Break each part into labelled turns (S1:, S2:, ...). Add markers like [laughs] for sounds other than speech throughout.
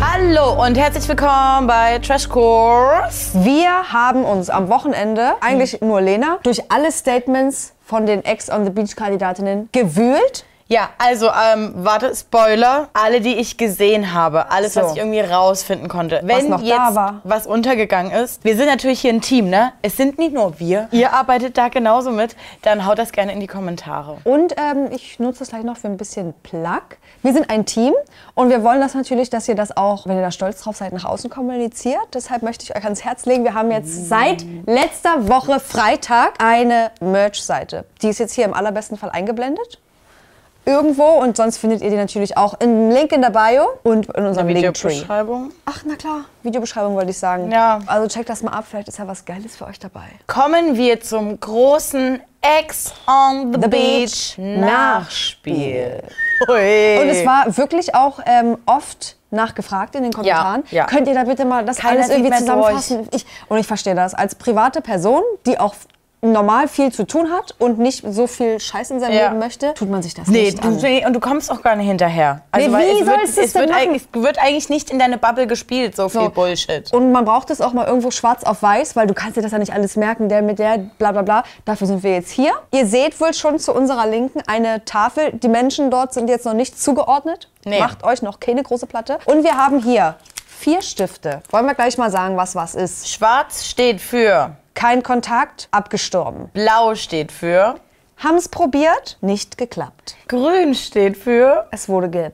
S1: Hallo und herzlich willkommen bei Trash Course.
S2: Wir haben uns am Wochenende, eigentlich nur Lena, durch alle Statements von den Ex on the Beach Kandidatinnen gewühlt.
S1: Ja, also, ähm, warte, Spoiler. Alle, die ich gesehen habe, alles,
S2: So.
S1: was ich irgendwie rausfinden konnte. Wenn
S2: noch da
S1: jetzt
S2: war.
S1: was untergegangen ist, wir sind natürlich hier ein Team, ne? Es sind nicht nur wir. Ihr arbeitet da genauso mit. Dann haut das gerne in die Kommentare.
S2: Und ähm, ich nutze das gleich noch für ein bisschen Plug. Wir sind ein Team und wir wollen das natürlich, dass ihr das auch, wenn ihr da stolz drauf seid, nach außen kommuniziert. Deshalb möchte ich euch ans Herz legen, wir haben jetzt seit letzter Woche Freitag eine Merch-Seite. Die ist jetzt hier im allerbesten Fall eingeblendet. Irgendwo und sonst findet ihr die natürlich auch im Link in der Bio und in unserem Linktree.
S1: Videobeschreibung.
S2: Ach, na klar, Videobeschreibung wollte ich sagen.
S1: Ja.
S2: Also checkt das mal ab, vielleicht ist ja was Geiles für euch dabei.
S1: Kommen wir zum großen Ex on the,
S2: The
S1: Beach
S2: Beach
S1: Nachspiel. Ui.
S2: Und es war wirklich auch ähm, oft nachgefragt in den Kommentaren.
S1: ja.
S2: Könnt ihr da bitte mal das
S1: Keiner
S2: alles irgendwie
S1: sieht mehr durch.
S2: zusammenfassen? Ich, und ich verstehe das. Als private Person, die auch normal viel zu tun hat und nicht so viel Scheiß in seinem
S1: Ja.
S2: Leben möchte, tut man sich das
S1: Nee,
S2: nicht
S1: du,
S2: an.
S1: nee, und du kommst auch gar nicht hinterher. Also,
S2: Nee,
S1: weil
S2: wie
S1: es wird,
S2: sollst du es denn
S1: wird
S2: machen?
S1: eigentlich, es wird eigentlich nicht in deine Bubble gespielt, so, viel Bullshit.
S2: Und man braucht es auch mal irgendwo schwarz auf weiß, weil du kannst dir das ja nicht alles merken, der mit der, bla bla bla. Dafür sind wir jetzt hier. Ihr seht wohl schon zu unserer Linken eine Tafel. Die Menschen dort sind jetzt noch nicht zugeordnet.
S1: Nee.
S2: Macht euch noch keine große Platte. Und wir haben hier vier Stifte. Wollen wir gleich mal sagen, was was ist.
S1: Schwarz steht für,
S2: Kein Kontakt, abgestorben.
S1: blau steht für,
S2: Haben's probiert, nicht geklappt.
S1: grün steht für,
S2: Es wurde ge...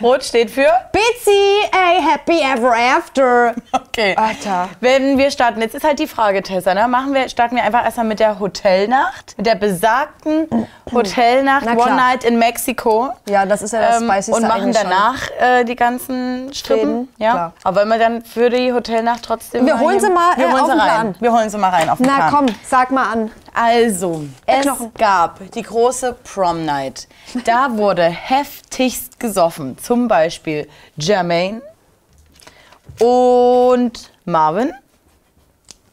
S1: rot steht für.
S2: Bitsy, a happy ever after.
S1: Okay.
S2: Alter.
S1: Wenn wir starten, jetzt ist halt die Frage, Tessa, ne? Machen wir, starten wir einfach erstmal mit der Hotelnacht, mit der besagten Hotelnacht,
S2: Hm. Na
S1: One
S2: klar.
S1: Night in Mexiko.
S2: Ja, das ist ja das
S1: Ähm,
S2: Spiceste
S1: und machen
S2: eigentlich schon.
S1: danach äh, die ganzen Strippen.
S2: Fäden,
S1: Ja.
S2: klar.
S1: Aber wenn wir dann für die Hotelnacht trotzdem.
S2: Wir holen
S1: hier-
S2: sie mal,
S1: wir
S2: äh,
S1: holen
S2: auf
S1: sie
S2: den
S1: rein.
S2: Plan.
S1: Wir holen sie mal rein auf den
S2: Na
S1: Plan.
S2: komm, sag mal an.
S1: Also, es
S2: Knochen.
S1: gab die große Prom Night. Da wurde heftigst gesoffen. Zum Beispiel Jermaine und Marvin.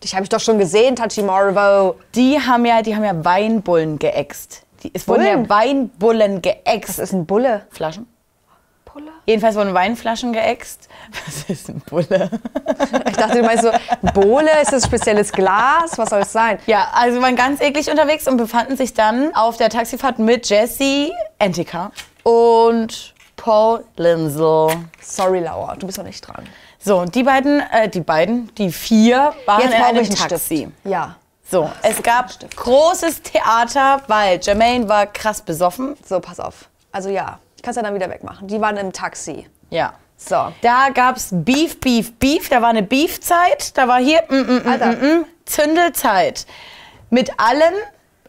S2: Dich habe ich doch schon gesehen, Tachi Marvo.
S1: Die haben ja, die haben ja Weinbullen geäxt. Die, es wurden ja
S2: Bullen?
S1: Weinbullen
S2: Das
S1: geäxt.
S2: ist ein Bulle.
S1: Flaschen?
S2: Bulle?
S1: Jedenfalls wurden Weinflaschen geäxt. [laughs] Was ist ein Bulle? [laughs]
S2: Ich dachte, du meinst so, Bohle, ist das spezielles Glas? Was soll es sein?
S1: Ja, also waren ganz eklig unterwegs und befanden sich dann auf der Taxifahrt mit Jesse Antica und Paul Linsel.
S2: Sorry, Laura, du bist noch nicht dran.
S1: So, und die beiden, äh, die beiden, die vier waren in
S2: brauche
S1: einem
S2: ich einen
S1: Taxi.
S2: Stift. Ja.
S1: So, es gab großes Theater, weil Jermaine war krass besoffen.
S2: So, pass auf. Also ja, kannst ja dann wieder wegmachen. Die waren im Taxi.
S1: Ja.
S2: So.
S1: Da gab's Beef, Beef, Beef. Da war eine Beefzeit. Da war hier mm, mm, mm,
S2: Alter.
S1: mm, mm, Zündelzeit. Mit allen,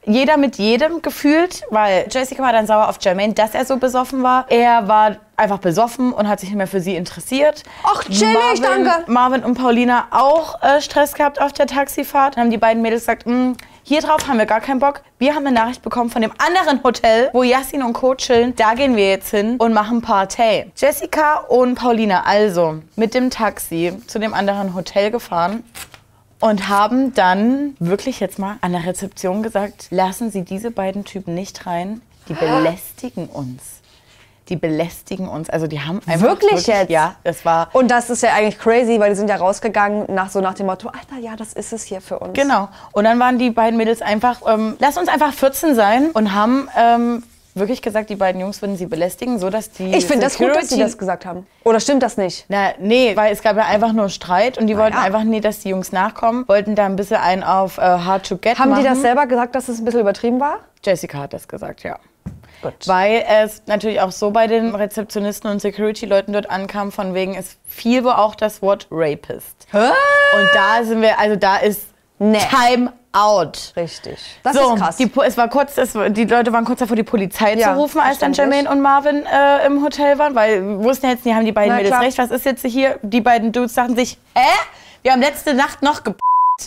S1: jeder mit jedem gefühlt, weil Jessica war dann sauer auf Jermaine, dass er so besoffen war. Er war einfach besoffen und hat sich nicht mehr für sie interessiert.
S2: Ach, chillig,
S1: Marvin,
S2: danke.
S1: Marvin und Paulina auch äh, Stress gehabt auf der Taxifahrt. Dann haben die beiden Mädels gesagt, "Mm, hier drauf haben wir gar keinen Bock. Wir haben eine Nachricht bekommen von dem anderen Hotel, wo Yassin und Co. chillen. Da gehen wir jetzt hin und machen Partei. Jessica und Paulina also mit dem Taxi zu dem anderen Hotel gefahren und haben dann wirklich jetzt mal an der Rezeption gesagt, lassen Sie diese beiden Typen nicht rein, die belästigen uns. Die belästigen uns, also die haben einfach
S2: Wirklich jetzt?
S1: ja, das war
S2: Und das ist ja eigentlich crazy, weil die sind ja rausgegangen nach so nach dem Motto, Alter, ja, das ist es hier für uns.
S1: Genau. Und dann waren die beiden Mädels einfach, ähm, lass uns einfach 14 sein und haben ähm, wirklich gesagt, die beiden Jungs würden sie belästigen, so dass die.
S2: Ich finde das gut, dass sie
S1: Security-
S2: das gesagt haben. Oder stimmt das nicht?
S1: Na, nee, weil es gab ja einfach nur Streit und die wollten
S2: Ah, ja.
S1: einfach nie, dass die Jungs nachkommen, wollten da ein bisschen einen auf äh, Hard to Get
S2: Haben
S1: machen.
S2: die das selber gesagt, dass es ein bisschen übertrieben war?
S1: Jessica hat das gesagt, ja.
S2: Gut.
S1: Weil es natürlich auch so bei den Rezeptionisten und Security-Leuten dort ankam, von wegen, es fiel wohl auch das Wort Rapist.
S2: Hä?
S1: Und da sind wir, also da ist
S2: Nee.
S1: Time out.
S2: Richtig. Das
S1: so,
S2: ist krass.
S1: Die, Po- es war kurz, es, war- die Leute waren kurz davor, die Polizei
S2: Ja,
S1: zu rufen, als dann
S2: verständlich.
S1: Jermaine und Marvin äh, im Hotel waren, weil wir wussten ja jetzt, die haben die beiden
S2: Na,
S1: Mädels
S2: klar.
S1: recht. Was ist jetzt hier? Die beiden Dudes dachten sich, hä? Wir haben letzte Nacht noch gep. [laughs]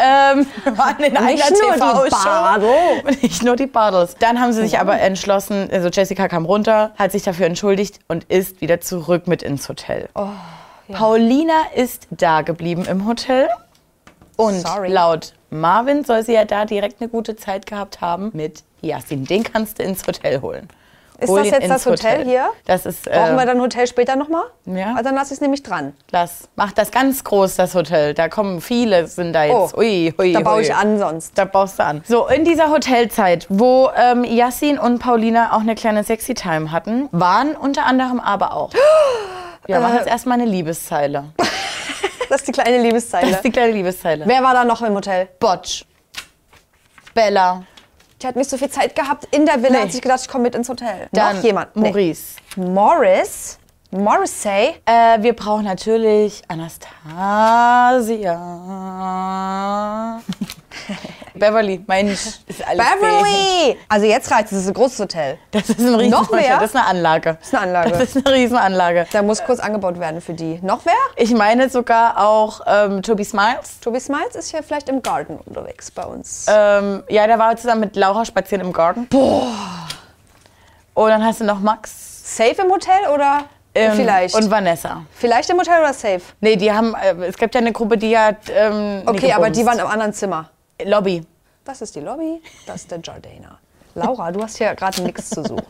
S1: ähm, wir waren in einer
S2: nur die
S1: TV-Show.
S2: Badel.
S1: [laughs] Nicht nur die Badels. Dann haben sie
S2: Mhm.
S1: sich aber entschlossen, also Jessica kam runter, hat sich dafür entschuldigt und ist wieder zurück mit ins Hotel.
S2: Oh,
S1: Paulina ist da geblieben im Hotel. Und
S2: Sorry.
S1: laut Marvin soll sie ja da direkt eine gute Zeit gehabt haben mit Yasin. Den kannst du ins Hotel holen.
S2: Ist
S1: Hol
S2: das
S1: ihn
S2: jetzt
S1: ins
S2: das Hotel, hier?
S1: Das ist,
S2: Brauchen wir
S1: äh,
S2: dann ein Hotel später nochmal?
S1: Ja.
S2: Also dann lass ich es nämlich dran.
S1: das macht das ganz groß, das Hotel. Da kommen viele, sind da jetzt.
S2: Oh,
S1: ui, [laughs] ui,
S2: Da baue
S1: ui.
S2: ich an sonst.
S1: Da baust du an. So, in dieser Hotelzeit, wo ähm, Yassin und Paulina auch eine kleine Sexy-Time hatten, waren unter anderem aber
S2: [gasps]
S1: auch. Wir machen jetzt erstmal eine Liebeszeile.
S2: Äh. [laughs] Das ist die kleine
S1: Das
S2: Liebeszeile.
S1: ist die kleine Liebeszeile.
S2: Wer war da noch im Hotel?
S1: Botsch. Bella.
S2: Die hat nicht so viel Zeit gehabt in der Villa,
S1: Nee.
S2: hat sich gedacht, ich komme mit ins Hotel.
S1: Dann
S2: noch jemand? Nee.
S1: Maurice.
S2: Morris? Morrissey?
S1: Äh, wir brauchen natürlich
S2: [laughs]
S1: Anastasia. Beverly, Mensch. Ist alles fake.
S2: Beverly! Also jetzt reicht es, das ist ein großes Hotel.
S1: Das ist ein riesen
S2: Noch mehr?
S1: Das ist eine Anlage. Das
S2: ist eine Anlage.
S1: Das ist eine Riesenanlage.
S2: Da muss kurz angebaut werden für die. Noch wer?
S1: Ich meine sogar auch ähm, Toby Smiles.
S2: Tobi Smiles ist hier vielleicht im Garden unterwegs bei uns.
S1: Ähm, ja, der war zusammen mit Laura spazieren im Garten. Boah. Und dann hast du noch Max.
S2: safe im Hotel oder
S1: ähm,
S2: vielleicht?
S1: Und Vanessa.
S2: vielleicht im Hotel oder safe?
S1: Nee, die haben, äh, es gibt ja eine Gruppe, die hat, ähm, nie
S2: Okay, aber die waren
S1: gebumst.
S2: im anderen Zimmer.
S1: Lobby.
S2: Das ist die Lobby, das ist der Jardiner. Laura, du hast hier gerade nichts zu suchen.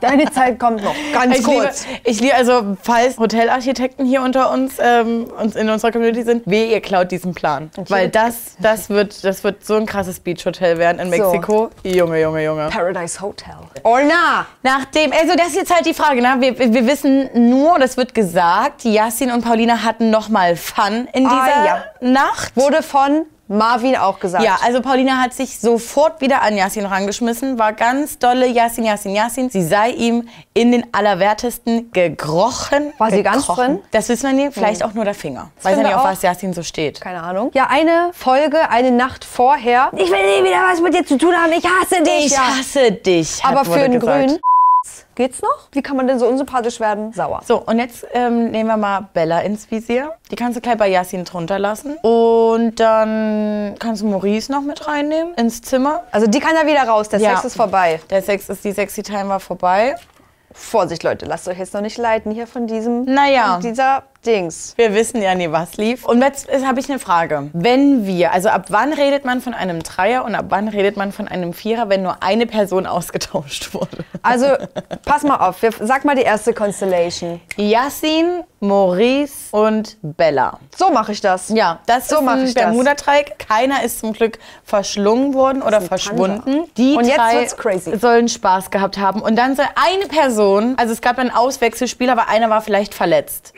S2: Deine Zeit kommt noch, ganz
S1: ich
S2: kurz.
S1: Liebe, ich liebe, also falls Hotelarchitekten hier unter uns, ähm, uns in unserer Community sind, weh, ihr klaut diesen Plan. Weil das, das wird, das wird so ein krasses Beachhotel werden in Mexiko. Junge, Junge, Junge.
S2: Paradise Hotel. Orna!
S1: Nachdem, also das ist jetzt halt die Frage, ne? wir, wir wissen nur, und es wird gesagt, Yassin und Paulina hatten nochmal Fun in dieser
S2: Ah, ja.
S1: Nacht.
S2: Wurde von Marvin auch gesagt.
S1: Ja, also Paulina hat sich sofort wieder an Yassin rangeschmissen, war ganz dolle Yassin, Yassin, Yassin. Sie sei ihm in den Allerwertesten gekrochen.
S2: War sie ganz
S1: gekrochen.
S2: drin? Hm.
S1: Das wissen wir nie, vielleicht auch nur der Finger. Weiß ja
S2: finde
S1: nicht, auf
S2: auch-
S1: was Yassin so steht.
S2: Keine Ahnung. Ja, eine Folge, eine Nacht vorher. Ich will nie wieder was mit dir zu tun haben, ich hasse dich.
S1: Ich
S2: ja.
S1: hasse dich, hat,
S2: Aber für
S1: wurde
S2: einen
S1: gesagt.
S2: Grünen geht's noch? Wie kann man denn so unsympathisch werden? Sauer.
S1: So, und jetzt ähm, nehmen wir mal Bella ins Visier. Die kannst du gleich bei Yassin drunter lassen. Und dann kannst du Maurice noch mit reinnehmen ins Zimmer.
S2: Also die kann ja wieder raus, der
S1: Ja.
S2: Sex ist vorbei.
S1: Der Sex ist, die sexy Time war vorbei.
S2: Vorsicht, Leute, lasst euch jetzt noch nicht leiten hier von diesem,
S1: Naja.
S2: von dieser Dings.
S1: Wir wissen ja nie, was lief. Und jetzt äh, habe ich eine Frage. Wenn wir, also ab wann redet man von einem Dreier und ab wann redet man von einem Vierer, wenn nur eine Person [laughs] ausgetauscht wurde?
S2: Also, pass mal auf, wir, sag mal die erste Constellation.
S1: Yassin, Maurice und Bella.
S2: So mache ich das.
S1: Ja, das
S2: So
S1: ist
S2: mach
S1: ein
S2: ich das.
S1: Bermuda-Dreieck. Keiner ist zum Glück verschlungen worden oder
S2: ist ein
S1: verschwunden.
S2: Tanga.
S1: Die
S2: Und jetzt
S1: drei
S2: wird's crazy.
S1: sollen Spaß gehabt haben. Und dann soll eine Person, also es gab ein Auswechselspiel, aber einer war vielleicht verletzt.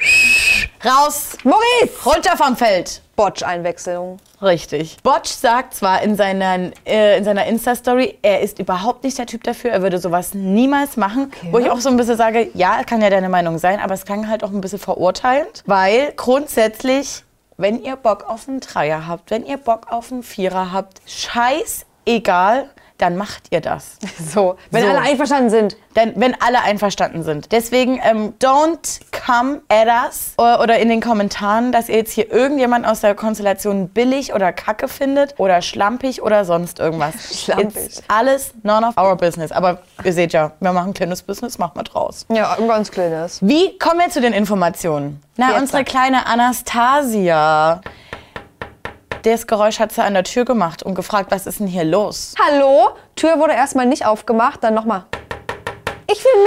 S1: Raus!
S2: Maurice!
S1: Runter vom Feld!
S2: Botsch-Einwechslung.
S1: Richtig. Botsch sagt zwar in seiner, äh, in seiner Insta-Story, er ist überhaupt nicht der Typ dafür, er würde sowas niemals machen. Wo ich auch so ein bisschen sage, ja, kann ja deine Meinung sein, aber es klang halt auch ein bisschen verurteilend, weil grundsätzlich, wenn ihr Bock auf einen Dreier habt, wenn ihr Bock auf einen Vierer habt, scheißegal, dann macht ihr das.
S2: So, wenn
S1: So.
S2: alle einverstanden sind.
S1: Denn wenn alle einverstanden sind. Deswegen, ähm, don't come at us o- oder in den Kommentaren, dass ihr jetzt hier irgendjemand aus der Konstellation billig oder kacke findet oder schlampig oder sonst [laughs] irgendwas.
S2: Schlampig.
S1: It's alles none of our business. Aber ihr seht ja, wir machen kleines Business, machen wir draus.
S2: Ja, ein ganz kleines.
S1: Wie kommen wir zu den Informationen? Na,
S2: Jetzt
S1: unsere
S2: sag.
S1: kleine Anastasia. Das Geräusch hat sie an der Tür gemacht und gefragt, was ist denn hier los?
S2: Hallo? Tür wurde erstmal nicht aufgemacht, dann nochmal. Ich will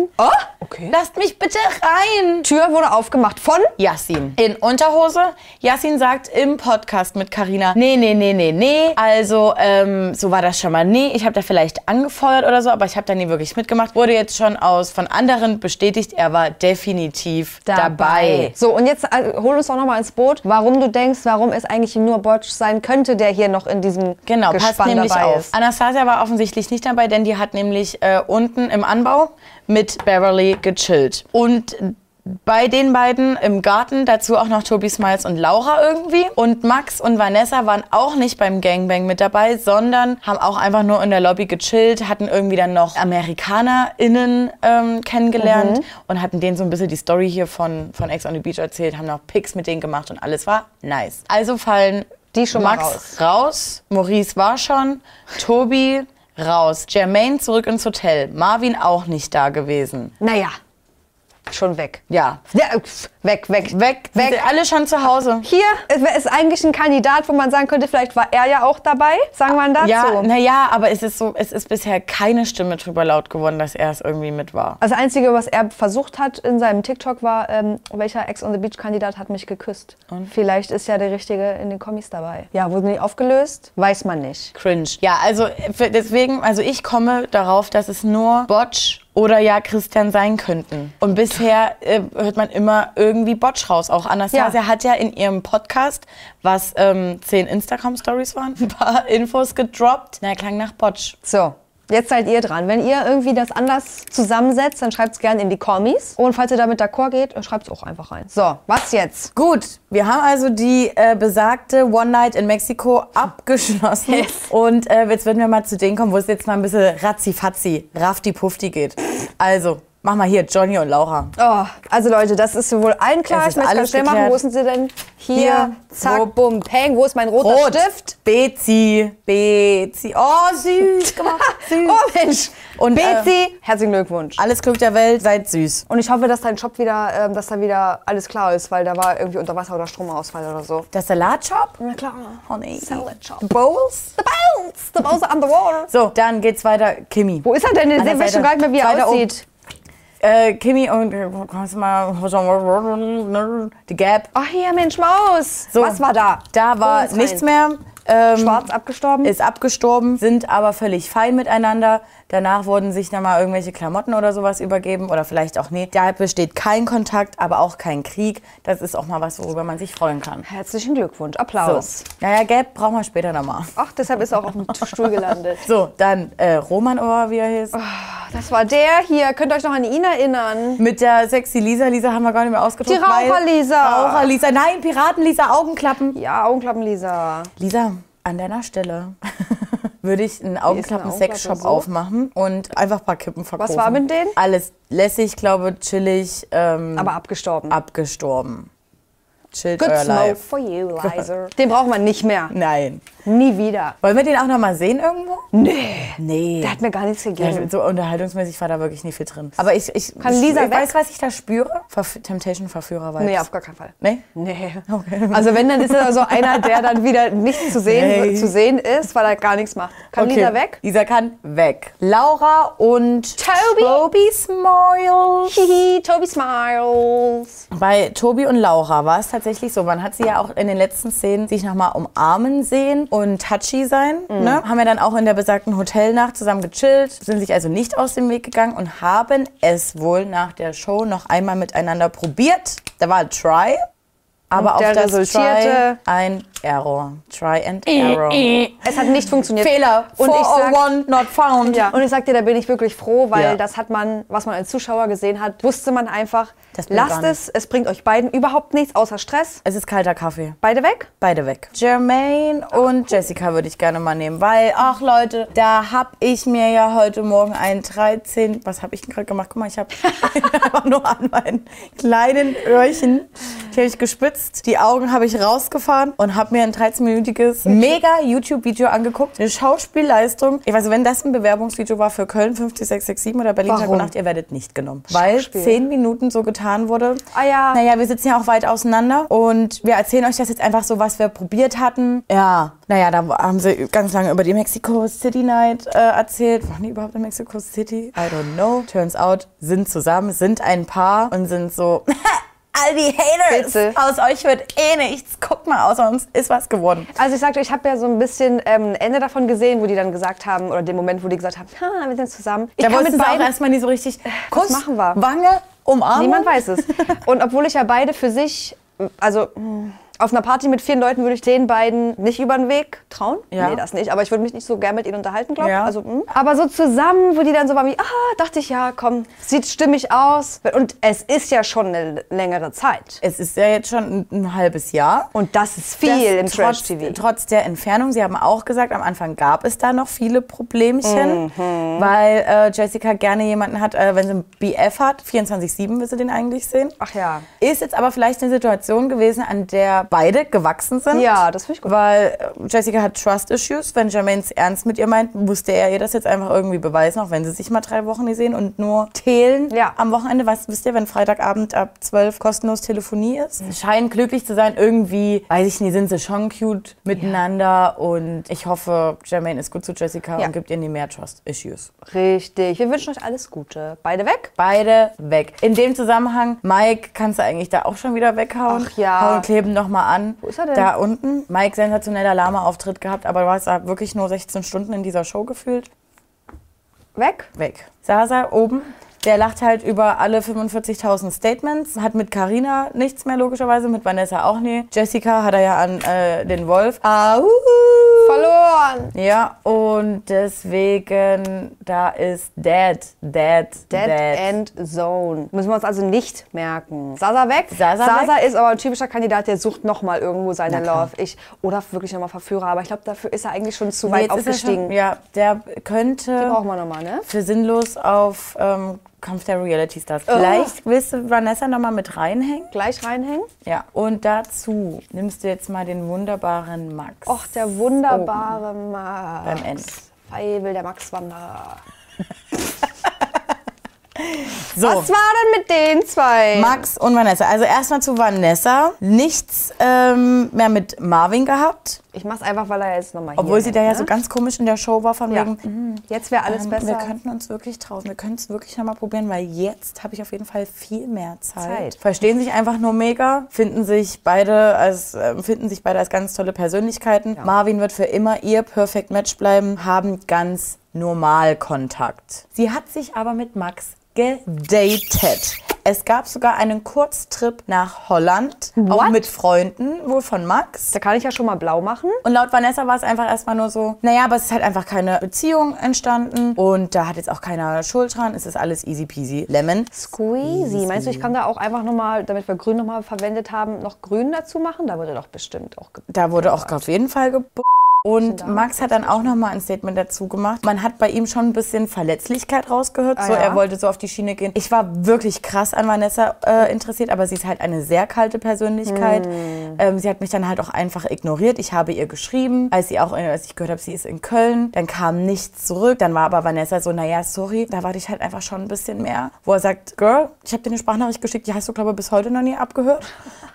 S2: mitmachen. Oh? Okay.
S1: Lasst mich bitte rein!
S2: Tür wurde aufgemacht von
S1: Yassin. In Unterhose. Yassin sagt im Podcast mit Karina, nee, nee, nee, nee, nee. Also, ähm, so war das schon mal. Nee, ich habe da vielleicht angefeuert oder so, aber ich habe da nie wirklich mitgemacht. Wurde jetzt schon aus von anderen bestätigt, er war definitiv dabei.
S2: So, und jetzt äh, hol uns doch nochmal ins Boot, warum du denkst, warum es eigentlich nur Botsch sein könnte, der hier noch in diesem
S1: Genau,
S2: Gespann
S1: passt nämlich
S2: dabei
S1: auf.
S2: ist.
S1: Anastasia war offensichtlich nicht dabei, denn die hat nämlich äh, unten im Anbau mit Beverly gechillt. Und bei den beiden im Garten dazu auch noch Toby Smiles und Laura irgendwie. Und Max und Vanessa waren auch nicht beim Gangbang mit dabei, sondern haben auch einfach nur in der Lobby gechillt, hatten irgendwie dann noch AmerikanerInnen ähm,
S2: Mhm.
S1: kennengelernt und hatten denen so ein bisschen die Story hier von, von Ex on the Beach erzählt, haben noch Pics mit denen gemacht und alles war nice. Also fallen
S2: Die schon mal
S1: Max
S2: raus.
S1: raus, Maurice war schon, Tobi raus, Jermaine zurück ins Hotel, Marvin auch nicht da gewesen.
S2: Naja, schon weg.
S1: Ja.
S2: Ja, pf, weg, weg.
S1: Weg, weg. Sind
S2: Weg.
S1: alle schon zu Hause.
S2: Hier ist eigentlich ein Kandidat, wo man sagen könnte, vielleicht war er ja auch dabei. Sagen wir mal dazu.
S1: Ja, ne. naja, aber es ist so, es ist bisher keine Stimme drüber laut geworden, dass er es irgendwie mit war.
S2: Also das Einzige, was er versucht hat in seinem TikTok war, ähm, welcher Ex on the Beach-Kandidat hat mich geküsst. Und? Vielleicht ist ja der Richtige in den Kommis dabei. Ja, wurden die aufgelöst? Weiß man nicht.
S1: Cringe. Ja, also äh, für- deswegen, also ich komme darauf, dass es nur Botsch oder ja Christian sein könnten. Und bisher äh, hört man immer irgendwie Botsch raus. Auch Anastasia
S2: Ja.
S1: hat ja in ihrem Podcast, was ähm, zehn Instagram-Stories waren, [laughs] ein paar Infos gedroppt. Na, klang nach Botsch.
S2: So. Jetzt seid ihr dran. Wenn ihr irgendwie das anders zusammensetzt, dann schreibt es gerne in die Kommis. Und falls ihr damit d'accord geht, schreibt es auch einfach rein. So, was jetzt?
S1: Gut, wir haben also die äh, besagte One Night in [laughs] Mexiko abgeschlossen. Und äh, jetzt würden wir mal zu denen kommen, wo es jetzt mal ein bisschen ratzi-fatzi, rafti-pufti geht. Also, mach mal hier, Johnny und Laura.
S2: Oh, also Leute, das ist wohl allen klar.
S1: Es ist
S2: Ich möchte ganz
S1: alles
S2: schnell machen.
S1: geklärt.
S2: Wo sind sie denn? Hier,
S1: Hier,
S2: zack,
S1: wo-
S2: bumm, peng. Wo ist mein roter Stift?
S1: Bezi. Bezi. Oh, süß. Guck mal,
S2: [laughs]
S1: süß.
S2: Oh Mensch.
S1: Und, äh,
S2: Bezi, herzlichen Glückwunsch.
S1: Alles Glück der Welt, seid süß.
S2: Und ich hoffe, dass dein Shop wieder, ähm, dass da wieder alles klar ist, weil da war irgendwie unter Wasser oder Stromausfall oder so.
S1: Der Salatshop?
S2: Na klar.
S1: Honey.
S2: Salad Shop.
S1: Bowls?
S2: The Bounce, the Bounce on the Wall.
S1: So, dann geht's weiter. Kimi.
S2: Wo ist er denn? Ich
S1: An der
S2: weiß schon
S1: Seite.
S2: gar nicht mehr, wie er
S1: Weiter oben.
S2: aussieht.
S1: Äh, Kimi und äh, kannst du mal die Gap.
S2: Ach hier, Mensch, Maus.
S1: So.
S2: Was war da?
S1: Da
S2: Hol
S1: war
S2: uns rein.
S1: nichts mehr. Ähm,
S2: Schwarz abgestorben.
S1: Ist abgestorben, sind aber völlig fein miteinander. Danach wurden sich nochmal irgendwelche Klamotten oder sowas übergeben oder vielleicht auch nicht. Da besteht kein Kontakt, aber auch kein Krieg. Das ist auch mal was, worüber man sich freuen kann.
S2: Herzlichen Glückwunsch.
S1: So.
S2: Applaus.
S1: Naja, gelb brauchen wir später nochmal.
S2: Ach, deshalb ist er auch auf dem Stuhl gelandet.
S1: So, dann äh, Roman oder wie er hieß.
S2: [laughs] Oh. Das war der hier. Könnt ihr euch noch an ihn erinnern?
S1: Mit der sexy Lisa. Lisa haben wir gar nicht mehr ausgedruckt.
S2: Die Raucher-Lisa.
S1: Raucher-Lisa. Nein, Piraten-Lisa, Augenklappen.
S2: Ja, Augenklappen, Lisa.
S1: Lisa, an deiner Stelle [laughs] würde ich einen
S2: Augenklappe
S1: Augenklappen-Sexshop
S2: so?
S1: aufmachen und einfach ein paar Kippen verkaufen.
S2: war mit denen?
S1: Alles lässig, glaube chillig, ähm,
S2: Aber abgestorben.
S1: abgestorben. Chillt
S2: Good
S1: euer
S2: smoke
S1: Life.
S2: for you, Liza. Den braucht man nicht mehr.
S1: Nein.
S2: Nie wieder.
S1: Wollen wir den auch noch mal sehen irgendwo?
S2: Nee.
S1: Nee.
S2: Ne, Der hat mir gar nichts gegeben.
S1: Ja, so unterhaltungsmäßig war da wirklich nicht viel drin. Aber ich, ich,
S2: Kann
S1: ich,
S2: Lisa
S1: ich weiß,
S2: weg?
S1: was ich da spüre. Verf Temptation Verführer Vibes.
S2: Nee, auf gar keinen Fall.
S1: Nee?
S2: Nee.
S1: Okay.
S2: Also wenn, dann ist er so einer, der dann wieder nicht zu sehen,
S1: Nee.
S2: zu sehen ist, weil er gar nichts macht. Kann
S1: Okay.
S2: Lisa weg?
S1: Lisa kann weg. Laura und
S2: Toby?
S1: Toby Smiles.
S2: Hihi, Toby smiles.
S1: Bei Tobi und Laura war es tatsächlich so. Man hat sie ja auch in den letzten Szenen sich nochmal umarmen sehen und touchy sein.
S2: Mhm.
S1: Ne? Haben ja dann auch in der besagten Hotelnacht zusammen gechillt, sind sich also nicht aus dem Weg gegangen und haben es wohl nach der Show noch einmal miteinander probiert. Da war ein Try, aber
S2: Und der
S1: auf das Try
S2: resultierte-
S1: ein Error. Try and Error.
S2: Es hat nicht funktioniert.
S1: Fehler.
S2: Und ich sag,
S1: 401 not found.
S2: ja. und ich sag dir, da bin ich wirklich froh, weil
S1: Ja.
S2: das hat man, was man als Zuschauer gesehen hat, wusste man einfach,
S1: Das bringt
S2: lasst
S1: gar
S2: es, es bringt euch beiden überhaupt nichts, außer Stress.
S1: Es ist kalter Kaffee.
S2: Beide weg.
S1: Beide weg. Jermaine und Jessica würde ich gerne mal nehmen, weil, ach Leute, da hab ich mir ja heute Morgen einen 13. Was habe ich denn gerade gemacht? Guck mal, ich habe [laughs] einfach nur an meinen kleinen Öhrchen. Die habe ich gespitzt, die Augen habe ich rausgefahren und habe mir ein 13-minütiges
S2: Mhm.
S1: mega YouTube-Video angeguckt. Eine Schauspielleistung. Ich weiß, wenn das ein Bewerbungsvideo war für Köln 50667 oder Berlin Tag
S2: Warum?
S1: und Nacht, ihr werdet nicht genommen. Weil
S2: Schauspiel.
S1: zehn Minuten so getan wurde.
S2: Ah ja.
S1: Naja, wir sitzen ja auch weit auseinander und wir erzählen euch das jetzt einfach so, was wir probiert hatten. Ja, naja, da haben sie ganz lange über die Mexico City Night äh, erzählt. Waren die überhaupt in Mexico City? I don't know. Turns out, sind zusammen, sind ein Paar und sind so... [laughs] All die Haters,
S2: Bitte.
S1: aus euch wird eh nichts. Guck mal, aus uns ist was geworden.
S2: Also ich sagte, ich habe ja so ein bisschen ähm, ein Ende davon gesehen, wo die dann gesagt haben, oder den Moment, wo die gesagt haben, ha, wir sind zusammen.
S1: Da
S2: Ich kann
S1: wollten
S2: mit
S1: sie auch
S2: beiden
S1: erstmal nie so richtig Kuss,
S2: machen wir?
S1: Wange, Umarmung.
S2: Niemand weiß es. Und obwohl ich ja beide für sich, also mh, auf einer Party mit vielen Leuten würde ich den beiden nicht über den Weg trauen.
S1: Ja.
S2: Nee, das nicht. Aber ich würde mich nicht so gern mit ihnen unterhalten, glaube ich.
S1: Ja.
S2: Also, mh. aber so zusammen, wo die dann so bei mir, ah, dachte ich, ja, komm, sieht stimmig aus. Und es ist ja schon eine längere Zeit.
S1: [laughs] Es ist ja jetzt schon ein, ein halbes Jahr.
S2: Und das ist viel im
S1: Das trotz,
S2: Trash-TV.
S1: Trotz der Entfernung, Sie haben auch gesagt, am Anfang gab es da noch viele Problemchen,
S2: Mhm.
S1: weil äh, Jessica gerne jemanden hat, äh, wenn sie ein BF hat, 24-7 will sie den eigentlich sehen.
S2: Ach ja.
S1: Ist jetzt aber vielleicht eine Situation gewesen, an der beide gewachsen sind.
S2: Ja, das finde ich gut.
S1: Weil äh, Jessica hat Trust-Issues. Wenn Jermaine es ernst mit ihr meint, musste er ihr das jetzt einfach irgendwie beweisen, auch wenn sie sich mal drei Wochen nicht sehen und nur teilen.
S2: Ja.
S1: Am Wochenende, weißt, wisst ihr, wenn Freitagabend ab 12 kostenlos Telefonie ist, scheinen glücklich zu sein. Irgendwie, weiß ich nicht, sind sie schon cute miteinander. Und ich hoffe, Jermaine ist gut zu Jessica
S2: Ja.
S1: und gibt ihr nie mehr Trust-Issues.
S2: Richtig. Wir wünschen euch alles Gute. Beide weg.
S1: Beide weg. In dem Zusammenhang, Mike kannst du eigentlich da auch schon wieder weghauen.
S2: Ach ja.
S1: Hau und kleben nochmal an.
S2: Wo ist er denn?
S1: Da unten. Mike, sensationeller Lama-Auftritt gehabt, aber du hast da wirklich nur 16 Stunden in dieser Show gefühlt.
S2: Weg.
S1: Weg. Sasa oben. Der lacht halt über alle 45.000 Statements, hat mit Carina nichts mehr logischerweise, mit Vanessa auch nie. Jessica hat er ja an äh, den Wolf. Au!
S2: Verloren.
S1: Ja, und deswegen, da ist Dad, Dad,
S2: Dead End Zone. Müssen wir uns also nicht merken. Sasa weg.
S1: Sasa
S2: ist aber ein typischer Kandidat, der sucht nochmal irgendwo seine
S1: Na klar.
S2: Love. Ich, oder wirklich nochmal Verführer. Aber ich glaube, dafür ist er eigentlich schon zu weit
S1: Jetzt ist er
S2: aufgestiegen.
S1: Schon, ja, der könnte
S2: Brauchen wir nochmal, ne?
S1: für sinnlos auf ähm, Kampf der Reality Stars.
S2: Oh.
S1: Vielleicht willst du Vanessa nochmal mit reinhängen.
S2: Gleich reinhängen.
S1: Ja. Und dazu nimmst du jetzt mal den wunderbaren Max.
S2: Och, der wunderbare Max.
S1: Oh. Beim End.
S2: Feivel, der Max Wanderer.
S1: so.
S2: Was war denn mit den zwei?
S1: Oh. Max und Vanessa. Also erstmal zu Vanessa. Nichts ähm, mehr mit Marvin gehabt,
S2: ich mach's einfach, weil er jetzt nochmal hier
S1: obwohl sie da ja
S2: hängt,
S1: so
S2: ne?
S1: ganz komisch in der Show war von
S2: Ja.
S1: wegen,
S2: Jetzt wäre alles
S1: Ähm,
S2: besser.
S1: Wir könnten uns wirklich trauen. Wir können es wirklich nochmal probieren, weil jetzt habe ich auf jeden Fall viel mehr Zeit.
S2: Zeit.
S1: Verstehen sich einfach nur mega, finden sich beide als, äh, finden sich beide als ganz tolle Persönlichkeiten. Marvin wird für immer ihr Perfect Match bleiben, haben ganz normal Kontakt. Sie hat sich aber mit Max gedatet. Es gab sogar einen Kurztrip nach Holland, auch
S2: What?
S1: mit Freunden, wohl von Max.
S2: da kann ich ja schon mal blau machen.
S1: Und laut Vanessa war es einfach erstmal nur so, naja, aber es ist halt einfach keine Beziehung entstanden und da hat jetzt auch keiner Schuld dran. Es ist alles easy peasy lemon.
S2: Squeezy. Meinst du, ich kann da auch einfach nochmal, damit wir grün nochmal verwendet haben, noch grün dazu machen? Da würde doch bestimmt auch ge-
S1: Da wurde auch auf jeden Fall gebucht. Und Max hat dann auch nochmal ein Statement dazu gemacht. Man hat bei ihm schon ein bisschen Verletzlichkeit rausgehört. so,
S2: ja?
S1: Er wollte so auf die Schiene gehen. Ich war wirklich krass an Vanessa äh, interessiert, aber sie ist halt eine sehr kalte Persönlichkeit. Ähm, sie hat mich dann halt auch einfach ignoriert. Ich habe ihr geschrieben, als, sie auch, äh, als ich gehört habe, sie ist in Köln. Dann kam nichts zurück. Dann war aber Vanessa so, naja, sorry. Da warte ich halt einfach schon ein bisschen mehr. Wo er sagt, Girl, ich habe dir eine Sprachnachricht geschickt, die hast du, glaube ich, bis heute noch nie abgehört.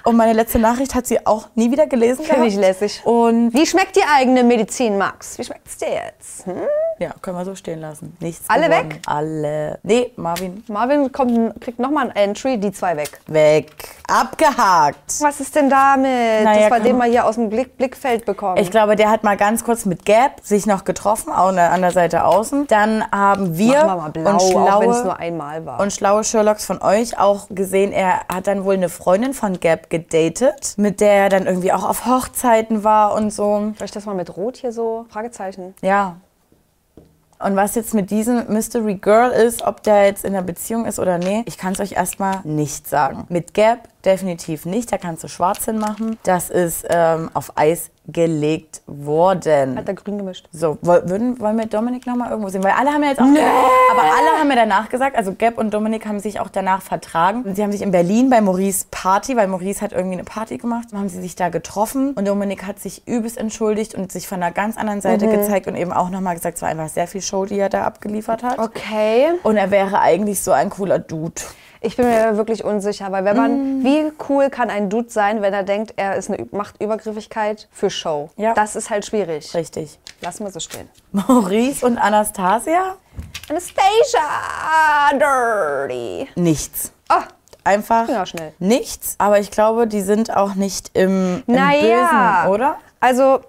S1: Und meine letzte Nachricht hat sie auch nie wieder gelesen.
S2: Finde ich
S1: gehabt.
S2: lässig.
S1: Und
S2: Wie schmeckt die eigene Medizin, Max? Wie schmeckt's dir jetzt? Hm?
S1: ja, können wir so stehen lassen. Nichts.
S2: Alle
S1: gewonnen.
S2: weg?
S1: Alle. Nee, Marvin,
S2: Marvin kommt, kriegt nochmal ein Entry, die zwei weg.
S1: weg. Abgehakt.
S2: Was ist denn damit?
S1: Naja,
S2: das war
S1: kann
S2: den
S1: man-
S2: mal hier aus dem Blick, Blickfeld bekommen.
S1: Ich glaube, der hat mal ganz kurz mit Gap sich noch getroffen, auch an der- an der Seite außen. Dann haben wir,
S2: Machen wir mal blau,
S1: und,
S2: auch wenn es
S1: schlaue,
S2: nur einmal war.
S1: und schlaue Sherlocks von euch auch gesehen, er hat dann wohl eine Freundin von Gap gedatet, mit der er dann irgendwie auch auf Hochzeiten war und so.
S2: Soll ich das mal mit Rot hier so? Fragezeichen.
S1: Ja. Und was jetzt mit diesem Mystery Girl ist, ob der jetzt in einer Beziehung ist oder nee, ich kann es euch erstmal nicht sagen. Mit Gap definitiv nicht, da kannst du schwarz hinmachen. Das ist ähm, auf Eis gelegt worden.
S2: Hat er grün gemischt.
S1: So, woll- würden, wollen wir Dominik nochmal irgendwo sehen? Weil alle haben ja jetzt auch. Aber alle haben mir danach gesagt, also Gap und Dominik haben sich auch danach vertragen. Und Sie haben sich in Berlin bei Maurice Party, weil Maurice hat irgendwie eine Party gemacht, haben sie sich da getroffen. Und Dominik hat sich übelst entschuldigt und sich von einer ganz anderen Seite gezeigt und eben auch nochmal gesagt, es war einfach sehr viel Show, die er da abgeliefert hat.
S2: Okay.
S1: Und er wäre eigentlich so ein cooler Dude.
S2: Ich bin mir wirklich unsicher, weil wenn man,
S1: Mm.
S2: wie cool kann ein Dude sein, wenn er denkt, er ist eine, Ü- macht Übergriffigkeit für Show?
S1: Ja.
S2: Das ist halt schwierig.
S1: Richtig. [laughs]
S2: Lassen wir so stehen.
S1: Maurice und Anastasia?
S2: Anastasia! Dirty!
S1: Nichts.
S2: Ah,
S1: Einfach
S2: Ja, schnell.
S1: nichts. Aber ich glaube, die sind auch nicht im, im
S2: naja.
S1: Bösen, oder?
S2: Also,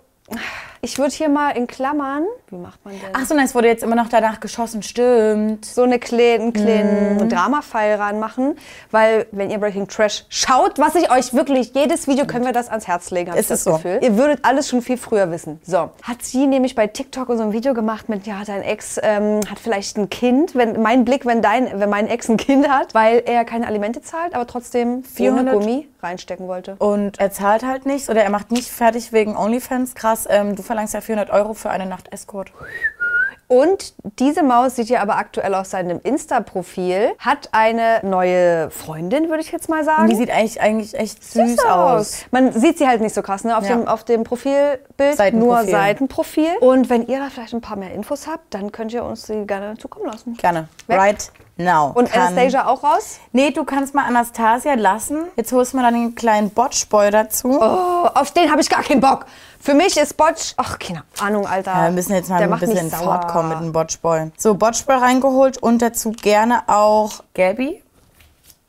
S2: ich würde hier mal in Klammern, wie macht man denn?
S1: Ach so, nein, es wurde jetzt immer noch danach geschossen, stimmt.
S2: so eine kleinen, kleinen
S1: Mhm.
S2: Drama-File ranmachen, weil wenn ihr Breaking Trash schaut, was ich euch wirklich, jedes Video können wir das ans Herz legen, hab
S1: Es
S2: ich das
S1: ist so.
S2: Gefühl. Ihr würdet alles schon viel früher wissen. So, hat sie nämlich bei TikTok so ein Video gemacht mit, ja, dein Ex ähm, hat vielleicht ein Kind, wenn mein Blick, wenn dein, wenn mein Ex ein Kind hat, weil er keine Alimente zahlt, aber trotzdem 400
S1: 400
S2: Gummi reinstecken wollte.
S1: Und er zahlt halt nichts oder er macht nicht fertig wegen OnlyFans. Krass, ähm, du verlangst ja 400 Euro für eine Nacht Escort.
S2: Und diese Maus sieht ja aber aktuell auf seinem Insta-Profil, hat eine neue Freundin, würde ich jetzt mal sagen.
S1: Und die sieht eigentlich, eigentlich echt süß, aus.
S2: Man sieht sie halt nicht so krass, ne? Auf,
S1: Ja.
S2: dem, auf dem Profilbild nur
S1: Seitenprofil.
S2: Seitenprofil. Und wenn ihr da vielleicht ein paar mehr Infos habt, dann könnt ihr uns die gerne zukommen lassen.
S1: Gerne.
S2: Weg.
S1: Right now.
S2: Und
S1: Kann-
S2: Anastasia auch raus?
S1: Nee, du kannst mal Anastasia lassen. Jetzt holst du mal deinen kleinen Botschboy dazu.
S2: Oh, auf den habe ich gar keinen Bock. Für mich ist Botsch. Ach, keine Ahnung, Alter.
S1: Ja, wir müssen jetzt mal
S2: Der
S1: ein
S2: macht mich
S1: bisschen in
S2: sauer.
S1: Fahrt kommen mit dem Botschboy. So, Botschboy reingeholt und dazu gerne auch Gabby.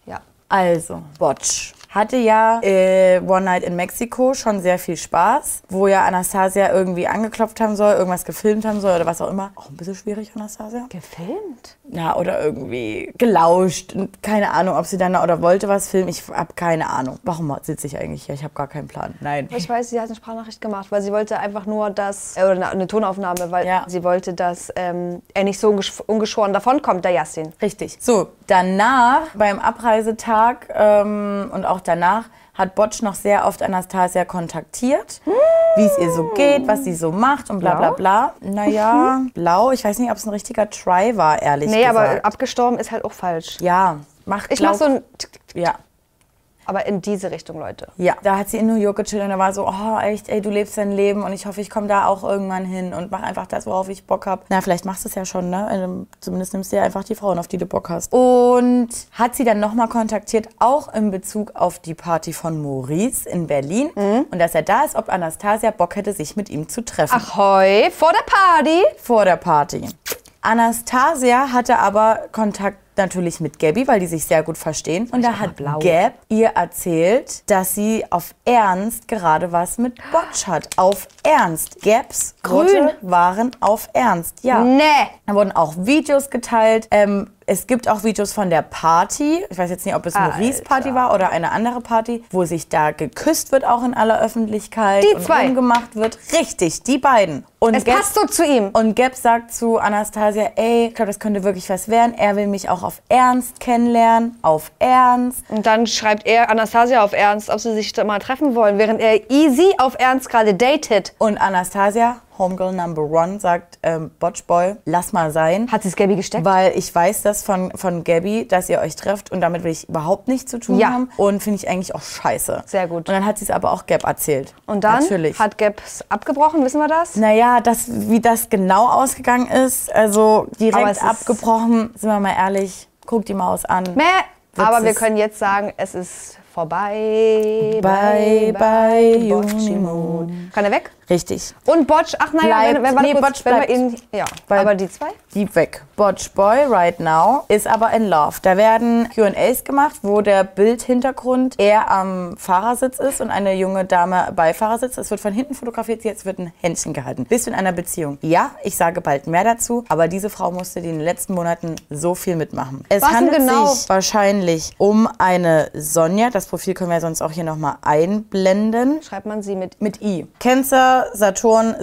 S2: Ja.
S1: Also, Botsch hatte ja äh, One Night in Mexico schon sehr viel Spaß, wo ja Anastasia irgendwie angeklopft haben soll, irgendwas gefilmt haben soll oder was auch immer. Auch ein bisschen schwierig, Anastasia.
S2: Gefilmt?
S1: Ja, oder irgendwie gelauscht. Und keine Ahnung, ob sie dann oder wollte was filmen. Ich hab keine Ahnung. Warum sitze ich eigentlich hier? Ich habe gar keinen Plan. Nein.
S2: Ich weiß, sie hat eine Sprachnachricht gemacht, weil sie wollte einfach nur, dass. äh, Oder eine, eine Tonaufnahme, weil
S1: Ja.
S2: sie wollte, dass ähm, er nicht so ungesch ungeschoren davonkommt, der Yassin.
S1: Richtig. So, danach, beim Abreisetag ähm, und auch danach, hat Botsch noch sehr oft Anastasia kontaktiert, wie es ihr so geht, was sie so macht und bla bla bla.
S2: [laughs]
S1: Naja, blau, ich weiß nicht, ob es ein richtiger Try war, ehrlich
S2: Nee,
S1: gesagt.
S2: aber abgestorben ist halt auch falsch.
S1: ja, macht
S2: Ich mach so ein. Tick, tick,
S1: Ja,
S2: Aber in diese Richtung, Leute.
S1: Ja, da hat sie in New York gechillt und da war so, oh echt, ey, du lebst dein Leben und ich hoffe, ich komme da auch irgendwann hin und mach einfach das, worauf ich Bock hab. Na, vielleicht machst du es ja schon, ne? Ähm, Zumindest nimmst du ja einfach die Frauen, auf die du Bock hast. Und hat sie dann nochmal kontaktiert, auch in Bezug auf die Party von Maurice in Berlin und dass er da ist, ob Anastasia Bock hätte, sich mit ihm zu treffen
S2: Ahoi, vor der Party.
S1: vor der Party. Anastasia hatte aber Kontakt natürlich mit Gabby, weil die sich sehr gut verstehen. Und da hat Gab ihr erzählt, dass sie auf Ernst gerade was mit Botsch hat. Auf Ernst. Gabs Grüne waren auf Ernst. Ja.
S2: Nee.
S1: Da wurden auch Videos geteilt. Ähm, es gibt auch Videos von der Party. Ich weiß jetzt nicht, ob es Maurice Party war oder eine andere Party, wo sich da geküsst wird, auch in aller Öffentlichkeit.
S2: Die
S1: und
S2: zwei.
S1: rumgemacht wird. Richtig, die beiden. Und
S2: Es
S1: Gab-
S2: passt so zu ihm.
S1: und Gap sagt zu Anastasia, ey, ich glaube, das könnte wirklich was werden. Er will mich auch auf Ernst kennenlernen. Auf Ernst.
S2: Und dann schreibt er Anastasia auf Ernst, ob sie sich da mal treffen wollen, während er easy auf Ernst gerade datet.
S1: Und Anastasia, Homegirl Number One, sagt, ähm, Botchboy, lass mal sein.
S2: Hat sie es Gabby gesteckt?
S1: Weil ich weiß das von, von Gabby, dass ihr euch trefft und damit will ich überhaupt nichts zu tun
S2: Ja.
S1: haben. Und finde ich eigentlich auch scheiße.
S2: Sehr gut.
S1: Und dann hat sie es aber auch Gap erzählt.
S2: Und dann
S1: Natürlich.
S2: hat Gabs abgebrochen, wissen wir das?
S1: Naja, das, wie das genau ausgegangen ist, also
S2: Aber es
S1: direkt
S2: ist-
S1: abgebrochen, sind wir mal ehrlich, guck die Maus an.
S2: Mäh. Aber wir
S1: ist-
S2: können jetzt sagen, es ist vorbei.
S1: Bye, bye,
S2: Bocci
S1: Juni
S2: Moon. Kann er weg?
S1: Richtig.
S2: Und Botsch, ach naja,
S1: Bleibt.
S2: wenn, wenn, wir
S1: Nee,
S2: kurz,
S1: Botsch
S2: wenn wir
S1: bleibt.
S2: ihn. Ja,
S1: Weil-
S2: aber die zwei?
S1: Die weg. Botch Boy right now ist aber in love. Da werden Q&As gemacht, wo der Bildhintergrund er am Fahrersitz ist und eine junge Dame bei Fahrersitz. Es wird von hinten fotografiert, jetzt wird ein Händchen gehalten. Bist du in einer Beziehung? Ja, ich sage bald mehr dazu, aber diese Frau musste die in den letzten Monaten so viel mitmachen. Es
S2: Was denn
S1: handelt
S2: genau?
S1: sich wahrscheinlich um eine Sonja. Das Profil können wir sonst auch hier nochmal einblenden.
S2: Schreibt man sie mit.
S1: Mit I. Cancer Saturn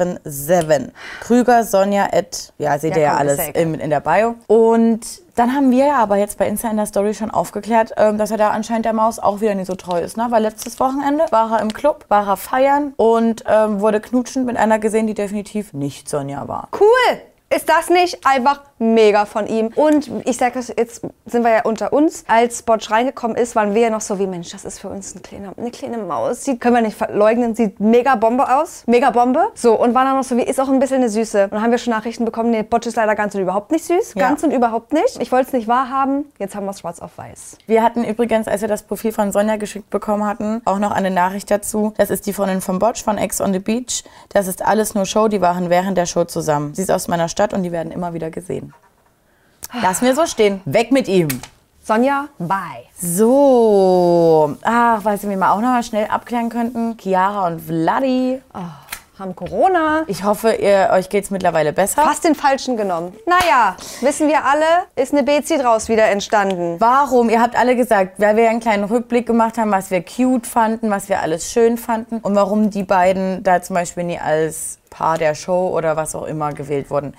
S1: 777. Krüger Sonja et. Ja, seht ihr
S2: Ja,
S1: ja
S2: komm, ist
S1: alles
S2: ja egal.
S1: in, in der Bio. Und dann haben wir ja aber jetzt bei Insta in der Story schon aufgeklärt, ähm, dass er da anscheinend der Maus auch wieder nicht so treu ist. Ne? Weil letztes Wochenende war er im Club, war er feiern und ähm, wurde knutschend mit einer gesehen, die definitiv nicht Sonja war.
S2: Cool! Ist das nicht einfach mega von ihm? Und ich sage das, jetzt sind wir ja unter uns. Als Botsch reingekommen ist, waren wir ja noch so wie, Mensch, das ist für uns ein kleiner, eine kleine Maus. Die können wir nicht verleugnen, sieht mega Bombe aus. Mega Bombe. So, und waren dann noch so wie, ist auch ein bisschen eine Süße. Und dann haben wir schon Nachrichten bekommen, nee, Botsch ist leider ganz und überhaupt nicht süß.
S1: Ja.
S2: Ganz und überhaupt nicht. Ich wollte es nicht wahrhaben. Jetzt haben wir es schwarz auf weiß.
S1: Wir hatten übrigens, als wir das Profil von Sonja geschickt bekommen hatten, auch noch eine Nachricht dazu. Das ist die Freundin von Botsch von Ex on the Beach. Das ist alles nur Show. Die waren während der Show zusammen. Sie ist aus meiner Stadt und die werden immer wieder gesehen. Lass mir so stehen. Weg mit ihm.
S2: Sonja, bye.
S1: So. Ach, weißt du, wie wir auch noch mal schnell abklären könnten? Chiara und Vladi.
S2: Ah, Haben Corona.
S1: Ich hoffe, ihr, euch geht's mittlerweile besser.
S2: Fast den falschen genommen. Naja, wissen wir alle, ist eine BC draus wieder entstanden.
S1: Warum? Ihr habt alle gesagt, weil wir einen kleinen Rückblick gemacht haben, was wir cute fanden, was wir alles schön fanden und warum die beiden da zum Beispiel nie als Paar der Show oder was auch immer gewählt wurden.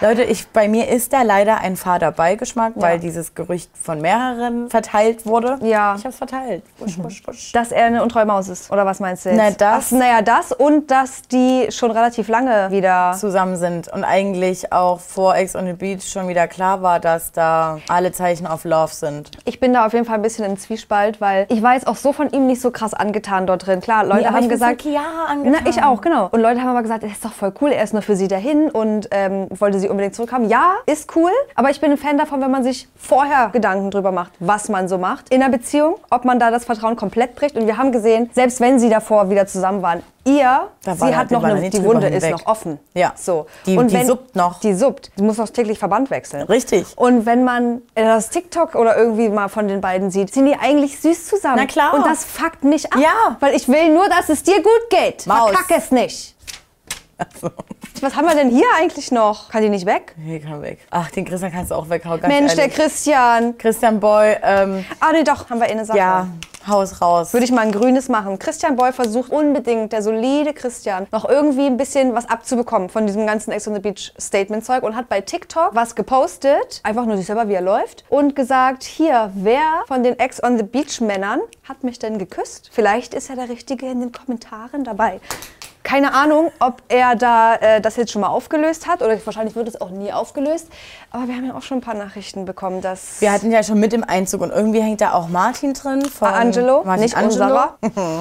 S1: Leute, ich, bei mir ist da leider ein fader Beigeschmack, weil dieses Gerücht von mehreren verteilt wurde.
S2: Ja.
S1: Ich hab's verteilt. Wusch,
S2: [laughs]
S1: wusch, wusch.
S2: Dass er eine untreue Maus ist, oder was meinst du jetzt?
S1: Na, das-
S2: Naja, das und dass die schon relativ lange wieder...
S1: zusammen sind und eigentlich auch vor Ex on the Beach schon wieder klar war, dass da alle Zeichen auf Love sind.
S2: Ich bin da auf jeden Fall ein bisschen im Zwiespalt, weil ich war jetzt auch so von ihm nicht so krass angetan dort drin. Klar, Leute
S1: Nee, aber
S2: haben
S1: ich bin
S2: gesagt...
S1: von Chiara
S2: Na,
S1: angetan.
S2: ich auch, genau. Und Leute haben aber gesagt, er ist doch voll cool, er ist nur für sie dahin und ähm, wollte sie unbedingt zurückhaben. Ja, ist cool, aber ich bin ein Fan davon, wenn man sich vorher Gedanken drüber macht, was man so macht in einer Beziehung, ob man da das Vertrauen komplett bricht. Und wir haben gesehen, selbst wenn sie davor wieder zusammen waren, ihr,
S1: Da war
S2: sie
S1: er-
S2: hat
S1: wir
S2: noch
S1: waren
S2: eine,
S1: nicht
S2: die
S1: drüber
S2: Wunde ist
S1: hinweg.
S2: noch offen.
S1: Ja.
S2: So.
S1: Die- die suppt noch.
S2: Die suppt. Sie muss noch täglich Verband wechseln.
S1: Richtig.
S2: Und wenn man äh, das TikTok oder irgendwie mal von den beiden sieht, sind die eigentlich süß zusammen.
S1: Na klar.
S2: Und das fuckt mich ab.
S1: Ja.
S2: Weil ich will nur, dass es dir gut geht.
S1: Maus.
S2: Verkack es nicht.
S1: Also,
S2: Was haben wir denn hier eigentlich noch? Kann die nicht weg?
S1: nee, kann weg. Ach, den Christian kannst du auch weghauen. Ganz
S2: Mensch, der
S1: ehrlich.
S2: Christian.
S1: Christian Boy, ähm,
S2: Ah, nee, doch, haben wir eh eine Sache.
S1: ja, Haus raus.
S2: Würde ich mal ein grünes machen. Christian Boy versucht unbedingt, der solide Christian, noch irgendwie ein bisschen was abzubekommen von diesem ganzen Ex on the Beach Statement-Zeug und hat bei TikTok was gepostet, einfach nur sich selber, wie er läuft, und gesagt, hier, wer von den Ex on the Beach Männern hat mich denn geküsst? Vielleicht ist ja der Richtige in den Kommentaren dabei. Keine Ahnung, ob er da äh, das jetzt schon mal aufgelöst hat oder wahrscheinlich wird es auch nie aufgelöst. Aber wir haben ja auch schon ein paar Nachrichten bekommen, dass
S1: Wir hatten ja schon mit im Einzug und irgendwie hängt da auch Martin drin von
S2: Angelo,
S1: Martin
S2: nicht
S1: Ah, Angelo.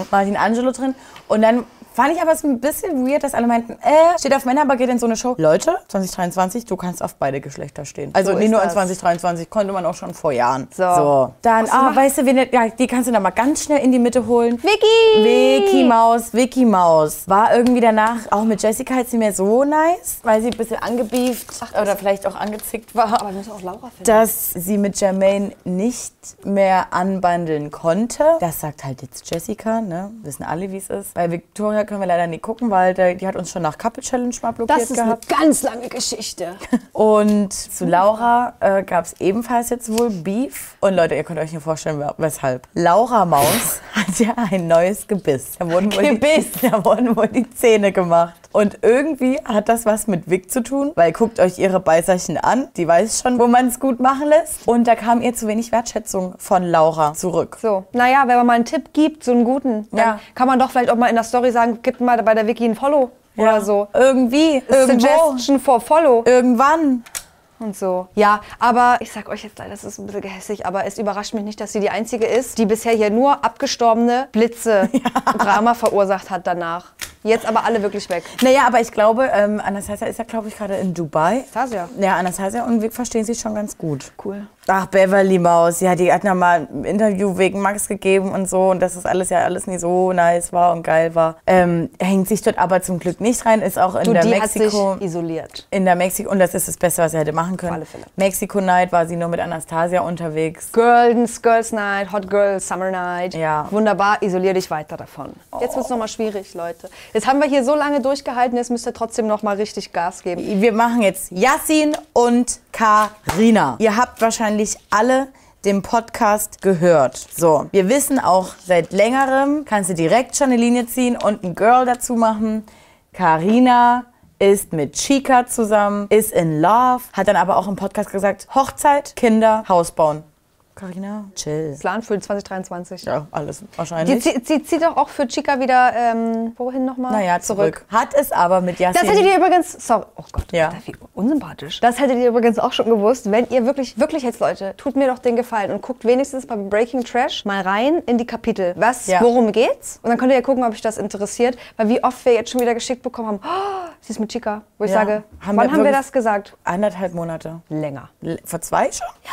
S1: [laughs] Martin Angelo drin und dann fand ich aber es ein bisschen weird, dass alle meinten, äh, steht auf Männer, aber geht in so eine Show. Leute, 2023, du kannst auf beide Geschlechter stehen. Also
S2: So
S1: nicht
S2: ist
S1: nur
S2: das.
S1: in 2023, konnte man auch schon vor Jahren.
S2: So.
S1: Dann,
S2: du
S1: ah,
S2: machen?
S1: weißt du, wen, ja, die kannst du dann mal ganz schnell in die Mitte holen.
S2: Vicky!
S1: Vicky Maus, Vicky Maus. War irgendwie danach auch mit Jessica jetzt nicht mehr so nice, weil sie ein bisschen angebieft oder vielleicht auch angezickt war
S2: Aber wir müssen auch Laura finden.
S1: dass sie mit Jermaine nicht mehr anbandeln konnte. Das sagt halt jetzt Jessica, ne? Wissen alle, wie es ist. Bei Victoria können wir leider nicht gucken, weil der, die hat uns schon nach Couple Challenge mal blockiert
S2: Das ist eine
S1: gehabt.
S2: ganz lange Geschichte.
S1: Und zu Laura äh, gab es ebenfalls jetzt wohl Beef. Und Leute, ihr könnt euch nicht vorstellen, wer- weshalb. Laura Maus [laughs] hat ja ein neues Gebiss. Da wurden wohl
S2: Gebiss.
S1: Die, [laughs] da wurden wohl die Zähne gemacht. Und irgendwie hat das was mit Vic zu tun, weil guckt euch ihre Beißerchen an. Die weiß schon, wo man es gut machen lässt. Und da kam ihr zu wenig Wertschätzung von Laura zurück.
S2: [laughs] So, naja, wenn man mal einen Tipp gibt, so einen guten, dann
S1: Ja.
S2: kann man doch vielleicht auch mal in der Story sagen, gib mal bei der Wiki ein Follow oder so.
S1: Irgendwie, irgendwo,
S2: Suggestion for Follow
S1: irgendwann.
S2: und so. Ja, aber ich sag euch jetzt leider, das ist ein bisschen gehässig, aber es überrascht mich nicht, dass sie die Einzige ist, die bisher hier nur abgestorbene [laughs] Blitze Drama verursacht hat danach. Jetzt aber alle wirklich weg.
S1: Naja, aber ich glaube, ähm, Anastasia ist ja, glaube ich, gerade in Dubai.
S2: Anastasia.
S1: Ja, Anastasia und Vic verstehen sich schon ganz gut.
S2: Cool.
S1: Ach, Beverly Maus, ja, die hat nochmal ein Interview wegen Max gegeben und so und dass das alles ja alles nie so nice war und geil war. Ähm, hängt sich dort aber zum Glück nicht rein, ist auch in
S2: Du,
S1: der
S2: die
S1: Mexiko.
S2: hat sich isoliert.
S1: In der Mexiko, und das ist das Beste, was sie hätte machen
S2: Auf
S1: können.
S2: alle Fälle.
S1: Mexico Night war sie nur mit Anastasia unterwegs.
S2: Girls, Girls Night, Hot Girls, Summer Night.
S1: Ja. Oh.
S2: Wunderbar, isolier dich weiter davon. Jetzt wird es nochmal schwierig, Leute. Jetzt haben wir hier so lange durchgehalten, jetzt müsst ihr trotzdem nochmal richtig Gas geben.
S1: Wir machen jetzt Yassin und Karina. Ihr habt wahrscheinlich alle den Podcast gehört. So, wir wissen auch seit längerem, kannst du direkt schon eine Linie ziehen und ein Girl dazu machen. Karina ist mit Chica zusammen, ist in love, hat dann aber auch im Podcast gesagt, Hochzeit, Kinder, Haus bauen. Karina, chill.
S2: Plan für 2023.
S1: Ja, alles
S2: Die,
S1: wahrscheinlich.
S2: zie- sie zieht doch auch für Chica wieder, ähm, wohin nochmal?
S1: Naja, zurück. Hat es aber mit
S2: Das hättet
S1: Yassin.
S2: ihr übrigens, sorry, oh Gott,
S1: Ja.
S2: wie unsympathisch. Das hättet ihr übrigens auch schon gewusst, wenn ihr wirklich, wirklich jetzt, Leute, tut mir doch den Gefallen und guckt wenigstens bei Breaking Trash mal rein in die Kapitel. Was,
S1: Ja.
S2: worum geht's? Und dann könnt ihr ja gucken, ob euch das interessiert, weil wie oft wir jetzt schon wieder geschickt bekommen haben, oh, sie ist mit Chica, wo ich
S1: Ja.
S2: sage,
S1: Haben
S2: wann
S1: wir
S2: haben wir
S1: wirklich-
S2: das gesagt?
S1: Anderthalb Monate.
S2: Länger.
S1: L- Vor zwei schon? Ja.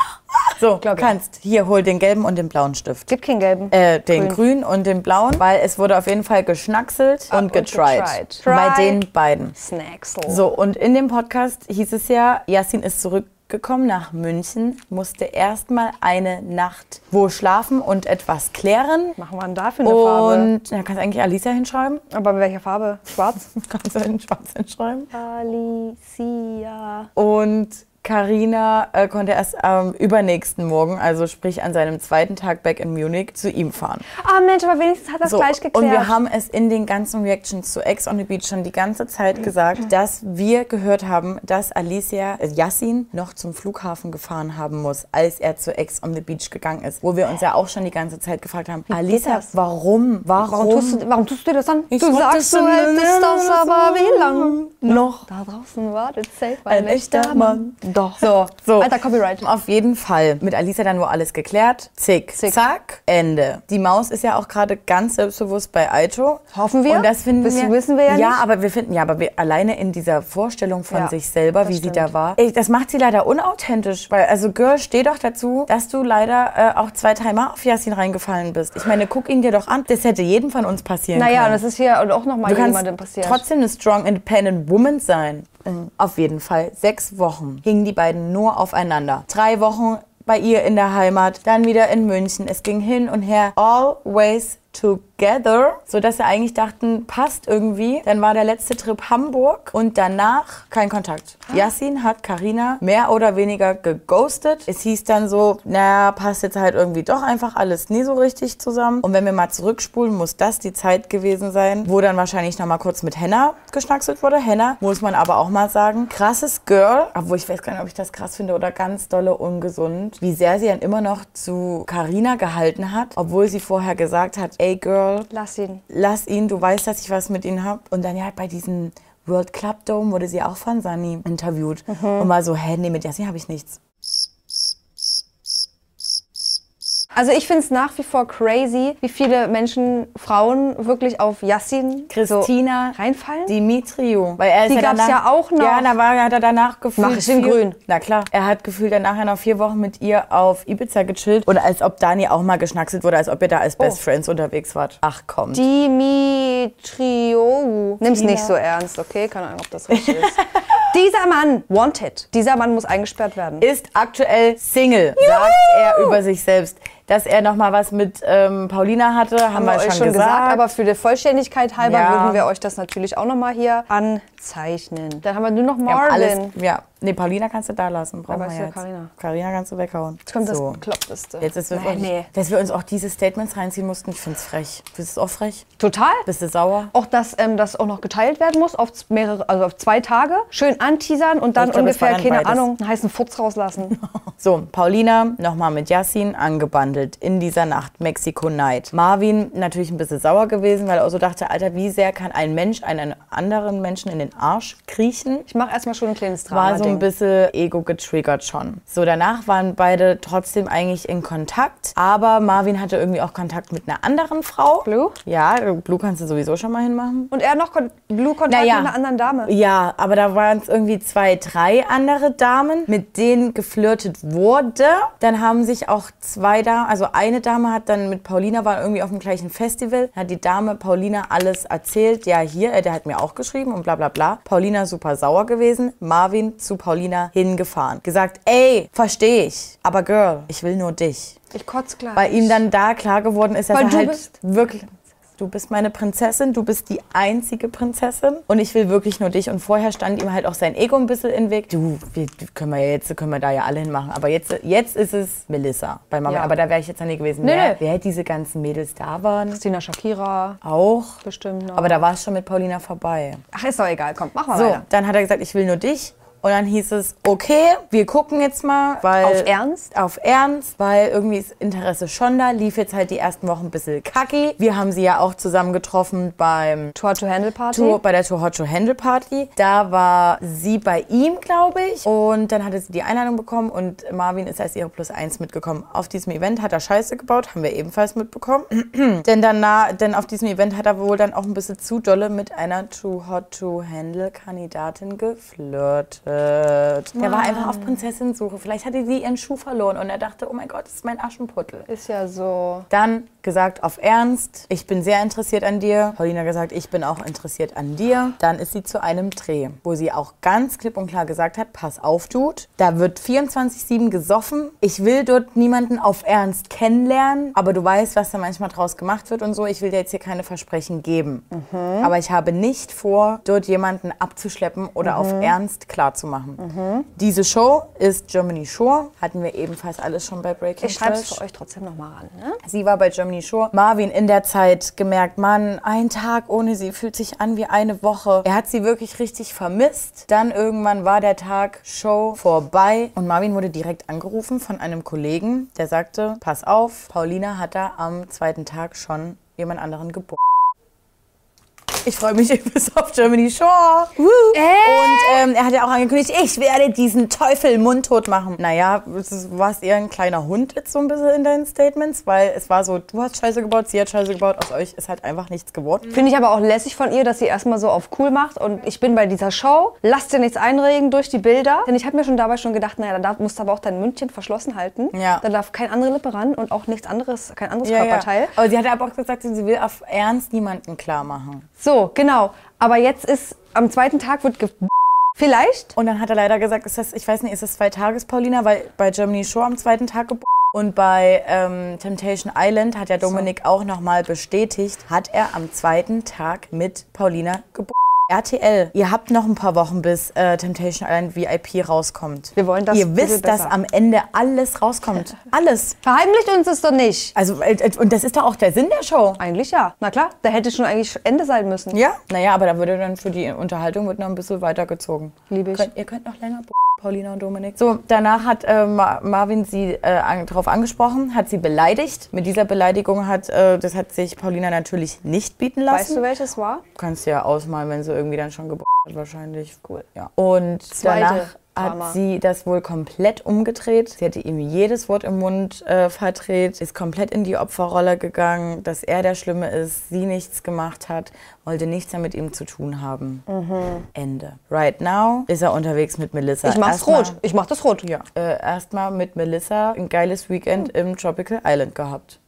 S1: So,
S2: Glaub ich.
S1: kannst. Hier, hol den gelben und den blauen Stift.
S2: Gibt keinen gelben.
S1: Äh, den grünen und den blauen, weil es wurde auf jeden Fall geschnackselt
S2: Ah,
S1: und
S2: und
S1: getried.
S2: getried.
S1: Bei
S2: Try.
S1: den beiden.
S2: Snacks.
S1: So, und in dem Podcast hieß es ja, Yassin ist zurückgekommen nach München, musste erstmal eine Nacht wo schlafen und etwas klären.
S2: Machen wir denn da für eine Farbe?
S1: Und da kannst du eigentlich Alisa hinschreiben. [laughs]
S2: Aber bei welcher Farbe? Schwarz?
S1: Kannst du in Schwarz hinschreiben.
S2: Alicia.
S1: Und Carina äh, konnte erst am übernächsten Morgen, also sprich an seinem zweiten Tag back in Munich, zu ihm fahren.
S2: Ah Mensch, aber wenigstens hat das
S1: So,
S2: gleich geklärt.
S1: und wir haben es in den ganzen Reactions zu Ex on the Beach schon die ganze Zeit gesagt, dass wir gehört haben, dass Alicia äh, Yassin noch zum Flughafen gefahren haben muss, als er zu Ex on the Beach gegangen ist. Wo wir uns ja auch schon die ganze Zeit gefragt haben, Alicia,
S2: das?
S1: warum? Warum?
S2: warum, tust du, warum tust du dir das an?
S1: Ich
S2: du
S1: wollte
S2: sagst,
S1: so
S2: du hättest
S1: lernen,
S2: das aber
S1: so
S2: wie lang?
S1: noch?
S2: Da draußen wartet safe
S1: Ein echter Mann.
S2: Doch.
S1: So, so.
S2: Alter, Copyright.
S1: Auf jeden Fall. Mit Alisa dann nur alles geklärt. Zick,
S2: Zick.
S1: zack, Ende. Die Maus ist ja auch gerade ganz selbstbewusst bei Aito.
S2: Hoffen wir.
S1: Und das finden
S2: Wissen-
S1: wir.
S2: wissen wir ja
S1: Ja,
S2: nicht.
S1: aber wir finden, ja, aber wir alleine in dieser Vorstellung von
S2: Ja,
S1: sich selber,
S2: das
S1: wie
S2: stimmt.
S1: sie da war. Ey, das macht sie leider unauthentisch. Weil, also, Girl, steh doch dazu, dass du leider äh, auch zwei, dreimal auf Yasin reingefallen bist. Ich meine, guck ihn dir doch an. Das hätte jedem von uns passieren können.
S2: Naja, das ist hier auch nochmal
S1: Du kannst
S2: jemandem passiert.
S1: trotzdem eine strong, independent Woman sein. Auf jeden Fall. Sechs Wochen hingen die beiden nur aufeinander. Drei Wochen bei ihr in der Heimat, dann wieder in München. Es ging hin und her. Always together, sodass sie eigentlich dachten, passt irgendwie. Dann war der letzte Trip Hamburg und danach kein Kontakt. Yassin hat Karina mehr oder weniger geghostet. Es hieß dann so, naja, passt jetzt halt irgendwie doch einfach alles nie so richtig zusammen. Und wenn wir mal zurückspulen, muss das die Zeit gewesen sein, wo dann wahrscheinlich nochmal kurz mit Henna geschnackselt wurde. Henna, muss man aber auch mal sagen, krasses Girl, obwohl ich weiß gar nicht, ob ich das krass finde oder ganz dolle ungesund, wie sehr sie dann immer noch zu Karina gehalten hat, obwohl sie vorher gesagt hat, ey Girl,
S2: Lass ihn.
S1: lass ihn, du weißt, dass ich was mit ihnen hab. Und dann ja halt bei diesem World Club Dome wurde sie auch von Sani interviewt und war so, hä, nee, mit Jasmin habe ich nichts.
S2: Also ich finde es nach wie vor crazy, wie viele Menschen, Frauen wirklich auf Yassin
S1: Christina,
S2: so reinfallen.
S1: Dimitrio, weil er ist
S2: Die
S1: ja
S2: gab's
S1: danach,
S2: ja auch noch.
S1: Ja, da war, hat er danach gefühlt.
S2: Mach ich ihn
S1: vier-
S2: grün.
S1: Na klar, er hat gefühlt danach ja noch vier Wochen mit ihr auf Ibiza gechillt und als ob Dani auch mal geschnackselt wurde, als ob ihr da als Best
S2: Oh.
S1: Friends unterwegs wart. Ach komm.
S2: Dimitriou. Nimm's nicht so ernst, okay? Keine Ahnung, ob das richtig ist.
S1: [laughs]
S2: Dieser Mann, wanted. Dieser Mann muss eingesperrt werden.
S1: ist aktuell Single, sagt er über sich selbst. Dass er noch mal was mit ähm, Paulina hatte, haben, wir, schon, gesagt.
S2: aber für die Vollständigkeit halber
S1: Ja.
S2: würden wir euch das natürlich auch nochmal hier anzeichnen. Dann haben wir nur noch
S1: Wir haben
S2: Marvin.
S1: Alles, ja, nee, Paulina kannst du da lassen. Brauchen
S2: Aber
S1: wir
S2: ist ja
S1: jetzt.
S2: Carina.
S1: Carina kannst du weghauen.
S2: Jetzt kommt
S1: so.
S2: das Kloppeste.
S1: Jetzt ist
S2: nee,
S1: wirklich,
S2: nee.
S1: dass wir uns auch diese Statements reinziehen mussten, ich find's frech. Findest du es auch frech?
S2: Total.
S1: Bist du
S2: [laughs]
S1: sauer?
S2: Auch, dass ähm, das auch noch geteilt werden muss auf z- mehrere, also auf zwei Tage. Schön anteasern und dann
S1: Ich glaub, das war
S2: ungefähr,
S1: dann
S2: keine
S1: beides.
S2: Ahnung, einen heißen
S1: [laughs]
S2: Futz rauslassen.
S1: So, Paulina nochmal mit Yassin angebandelt in dieser Nacht, Mexico Night. Marvin natürlich ein bisschen sauer gewesen, weil er so dachte, Alter, wie sehr kann ein Mensch einen anderen Menschen in den Arsch kriechen?
S2: Ich mache erstmal schon ein kleines Drama.
S1: war so ein bisschen ego getriggert schon. So, danach waren beide trotzdem eigentlich in Kontakt, aber Marvin hatte irgendwie auch Kontakt mit einer anderen Frau.
S2: Blue?
S1: Ja, Blue kannst du sowieso schon mal hinmachen.
S2: Und er noch Kon Blue Kontakt
S1: Naja.
S2: mit einer anderen Dame.
S1: Ja, aber da waren es irgendwie zwei, drei andere Damen, mit denen geflirtet wurde. Dann haben sich auch zwei da, also eine Dame hat dann mit Paulina, war irgendwie auf dem gleichen Festival, hat die Dame Paulina alles erzählt. Ja, hier, äh, der hat mir auch geschrieben und bla bla bla. Paulina super sauer gewesen, Marvin zu Paulina hingefahren. Gesagt, ey, verstehe ich, aber Girl, ich will nur dich.
S2: Ich kotze gleich.
S1: Bei ihm dann da klar geworden ist, dass
S2: Weil
S1: er
S2: du
S1: halt
S2: bist-
S1: wirklich. Du bist meine Prinzessin, du bist die einzige Prinzessin und ich will wirklich nur dich. Und vorher stand ihm halt auch sein Ego ein bisschen im Weg. Du, wir, die können wir ja jetzt, können wir da ja alle hinmachen. Aber jetzt, jetzt ist es Melissa bei Mama.
S2: Ja.
S1: Aber da wäre ich jetzt noch nie gewesen.
S2: Nee, nee.
S1: wer, wer diese ganzen Mädels da waren,
S2: Christina Shakira.
S1: auch.
S2: Bestimmt noch.
S1: Aber da war es schon mit Paulina vorbei.
S2: Ach, ist doch egal. Komm, mach mal
S1: So,
S2: weiter.
S1: dann hat er gesagt, ich will nur dich. Und dann hieß es, okay, wir gucken jetzt mal, weil...
S2: Auf Ernst?
S1: Auf Ernst, weil irgendwie ist Interesse schon da. Lief jetzt halt die ersten Wochen ein bisschen kacki. Wir haben sie ja auch zusammen getroffen beim
S2: Tour to Handle Party.
S1: Tour, bei der Tour Hot Show Handle Party. Da war sie bei ihm, glaube ich. Und dann hatte sie die Einladung bekommen und Marvin ist als ihre Plus Eins mitgekommen. Auf diesem Event hat er Scheiße gebaut, haben wir ebenfalls mitbekommen. [clears throat] denn, danach, denn auf diesem Event hat er wohl dann auch ein bisschen zu dolle mit einer Too Hot to Handle Kandidatin geflirtet. Der war einfach auf Prinzessinsuche. Vielleicht hatte sie ihren Schuh verloren und er dachte, oh mein Gott, das ist mein Aschenputtel.
S2: Ist ja so.
S1: Dann gesagt, auf Ernst, ich bin sehr interessiert an dir. Paulina gesagt, ich bin auch interessiert an dir. Dann ist sie zu einem Dreh, wo sie auch ganz klipp und klar gesagt hat, pass auf, Dude, da wird 24-7 gesoffen. Ich will dort niemanden auf Ernst kennenlernen, aber du weißt, was da manchmal draus gemacht wird und so. Ich will dir jetzt hier keine Versprechen geben. Aber ich habe nicht vor, dort jemanden abzuschleppen oder auf Ernst klarzumachen. Diese Show ist Germany Shore. Hatten wir ebenfalls alles schon bei Breaking
S2: Ich schreibe es
S1: Trash.
S2: für euch trotzdem nochmal ran. Ne?
S1: Sie war bei Germany Shore. Marvin in der Zeit gemerkt, Mann, ein Tag ohne sie fühlt sich an wie eine Woche. Er hat sie wirklich richtig vermisst. Dann irgendwann war der Tag Show vorbei und Marvin wurde direkt angerufen von einem Kollegen, der sagte, pass auf, Paulina hat da am zweiten Tag schon jemand anderen geboren. Ich freue mich [laughs] übelst auf Germany Shore. Woo. Und ähm, er hat ja auch angekündigt, ich werde diesen Teufel mundtot machen. Naja, es ist- du warst eher ein kleiner Hund jetzt so ein bisschen in deinen Statements, weil es war so, du hast Scheiße gebaut, sie hat Scheiße gebaut, aus euch ist halt einfach nichts geworden.
S2: Finde ich aber auch lässig von ihr, dass sie erstmal so auf cool macht und ich bin bei dieser Show, lass dir nichts einregen durch die Bilder. Denn ich habe mir schon dabei schon gedacht, naja, da darf, musst du aber auch dein Mündchen verschlossen halten.
S1: Ja.
S2: Da darf kein andere Lippe ran und auch nichts anderes, kein anderes Körperteil.
S1: Aber sie hat aber auch gesagt, sie will auf Ernst niemanden klar machen.
S2: So, genau. Aber jetzt ist, am zweiten Tag wird ge... Vielleicht?
S1: Und dann hat er leider gesagt, ist das, ich weiß nicht, ist das zwei Tages, Paulina, weil bei Germany Shore am zweiten Tag geboren. Und bei ähm, Temptation Island hat ja Dominik auch nochmal bestätigt, hat er am zweiten Tag mit Paulina geboren. RTL, ihr habt noch ein paar Wochen, bis äh, Temptation Island VIP rauskommt.
S2: Wir wollen das ein
S1: Ihr
S2: bisschen
S1: wisst, dass
S2: besser.
S1: am Ende alles
S2: [laughs]
S1: rauskommt. Alles.
S2: Verheimlicht uns es doch nicht.
S1: Also, äh, und das ist doch auch der Sinn der Show.
S2: Eigentlich ja. Na klar, da hätte schon eigentlich Ende sein müssen.
S1: Ja? Naja, aber da würde dann für die Unterhaltung wird noch ein bisschen weitergezogen.
S2: Liebe ich.
S1: Könnt, ihr könnt noch länger, b- Paulina und Dominik. So, danach hat äh, Ma Marvin sie äh, an, darauf angesprochen, hat sie beleidigt. Mit dieser Beleidigung hat, äh, das hat sich Paulina natürlich nicht bieten lassen.
S2: Weißt du, welches war?
S1: Kannst du ja ausmalen, wenn sie irgendwie dann schon geboren hat, wahrscheinlich. Cool. Ja. Und danach
S2: Drama.
S1: hat sie das wohl komplett umgedreht. Sie hatte ihm jedes Wort im Mund äh, verdreht, ist komplett in die Opferrolle gegangen, dass er der Schlimme ist, sie nichts gemacht hat, wollte nichts mehr mit ihm zu tun haben. Ende. Right now ist er unterwegs mit Melissa.
S2: Mhm. Ich mach's
S1: Erstmal-
S2: rot. Ich mach das rot.
S1: Ja. Äh, Erstmal mit Melissa ein geiles Weekend im Tropical Island gehabt.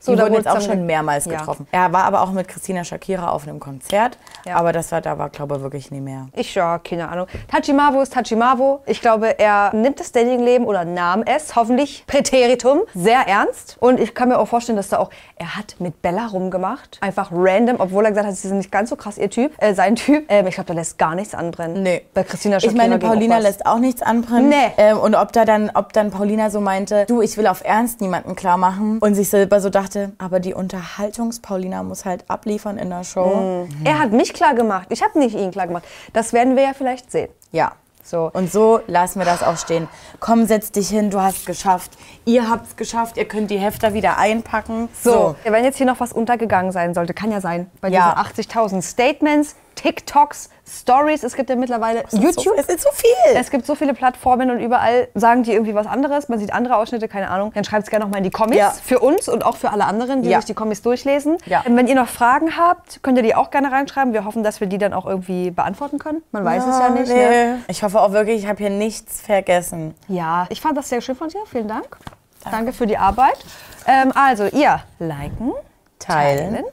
S2: So,
S1: Die
S2: da
S1: wurden
S2: wurde
S1: jetzt auch
S2: es dann-
S1: schon mehrmals
S2: Ja.
S1: getroffen. Er war aber auch mit Christina Shakira auf einem Konzert.
S2: Ja.
S1: Aber das war, da war, glaube ich, wirklich nie mehr.
S2: Ich, ja, keine Ahnung. Tachimavo ist Tachimavo. Ich glaube, er nimmt das Datingleben oder nahm es, hoffentlich Präteritum, sehr ernst. Und ich kann mir auch vorstellen, dass da auch, er hat mit Bella rumgemacht. Einfach random, obwohl er gesagt hat, sie sind nicht ganz so krass ihr Typ, äh, sein Typ. Ähm, ich glaube, der lässt gar nichts anbrennen. Bei Christina
S1: Ich
S2: Shakira
S1: meine,
S2: ging
S1: Paulina
S2: auch was.
S1: lässt auch nichts anbrennen.
S2: Nee.
S1: Ähm, und ob da dann, ob dann Paulina so meinte, du, ich will auf Ernst niemanden klar machen. Und sich selber so dachte, aber die Unterhaltungs-Paulina muss halt abliefern in der
S2: Mhm.
S1: Show.
S2: Er hat mich klar gemacht. Ich habe nicht ihn klar gemacht. Das werden wir ja vielleicht sehen.
S1: Ja.
S2: So.
S1: Und so lassen wir das auch stehen. Komm, setz dich hin, du hast geschafft. Ihr habt's geschafft, ihr könnt die Hefter wieder einpacken.
S2: So, wenn jetzt hier noch was untergegangen sein sollte, kann ja sein, bei
S1: Ja.
S2: diesen 80.000 Statements, TikToks, Stories, es gibt ja mittlerweile
S1: YouTube?
S2: YouTube.
S1: Es ist so viel.
S2: Es gibt so viele Plattformen und überall sagen die irgendwie was anderes. Man sieht andere Ausschnitte, keine Ahnung. Dann schreibt es gerne nochmal in die Kommis
S1: Ja.
S2: für uns und auch für alle anderen, die
S1: Ja.
S2: sich die Kommis durchlesen.
S1: Ja.
S2: Ähm, Wenn ihr noch Fragen habt, könnt ihr die auch gerne reinschreiben. Wir hoffen, dass wir die dann auch irgendwie beantworten können. Man weiß es ja nicht. Ne?
S1: Ah, Nee. Ich hoffe auch wirklich, ich habe hier nichts vergessen.
S2: Ja, ich fand das sehr schön von dir. Vielen Dank. Danke, für die Arbeit. Ähm, also, ihr liken,
S1: Teilen.
S2: teilen,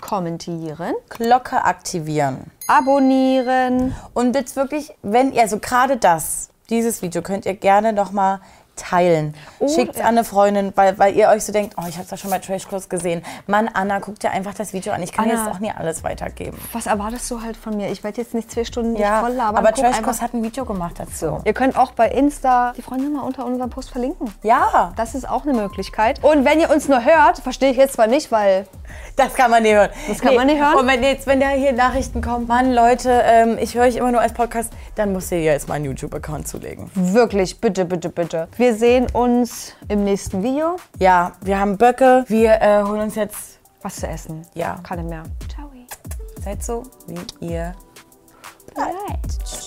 S2: kommentieren,
S1: Glocke aktivieren.
S2: abonnieren.
S1: Und jetzt wirklich, wenn ihr, also gerade das, dieses Video könnt ihr gerne nochmal teilen.
S2: Oh,
S1: Schickt es an eine Freundin, weil, weil ihr euch so denkt, oh, ich habe das schon bei Trashkurs gesehen. Mann, Anna, guckt dir einfach das Video an. Ich kann
S2: Anna.
S1: jetzt auch nie alles weitergeben.
S2: Was erwartest du halt von mir? Ich werde jetzt nicht zwei Stunden
S1: Ja,
S2: nicht voll labern.
S1: aber
S2: Guck einfach-
S1: Trashkurs hat ein Video gemacht dazu.
S2: Ihr könnt auch bei Insta die Freunde mal unter unserem Post verlinken.
S1: Ja,
S2: Das ist auch eine Möglichkeit. Und wenn ihr uns nur hört, verstehe ich jetzt zwar nicht, weil
S1: das kann man nicht hören. Das
S2: kann man nicht hören?
S1: Und wenn jetzt, wenn da hier Nachrichten kommen, Mann, Leute, ähm, ich höre euch immer nur als Podcast, dann müsst ihr jetzt meinen YouTube-Account zulegen.
S2: wirklich, bitte, bitte, bitte. Wir sehen uns im nächsten Video.
S1: Ja, wir haben Böcke. Wir äh, holen uns jetzt,
S2: Was zu essen.
S1: ja,
S2: Keine mehr. Ciao.
S1: seid so, wie ihr
S2: Bleibt.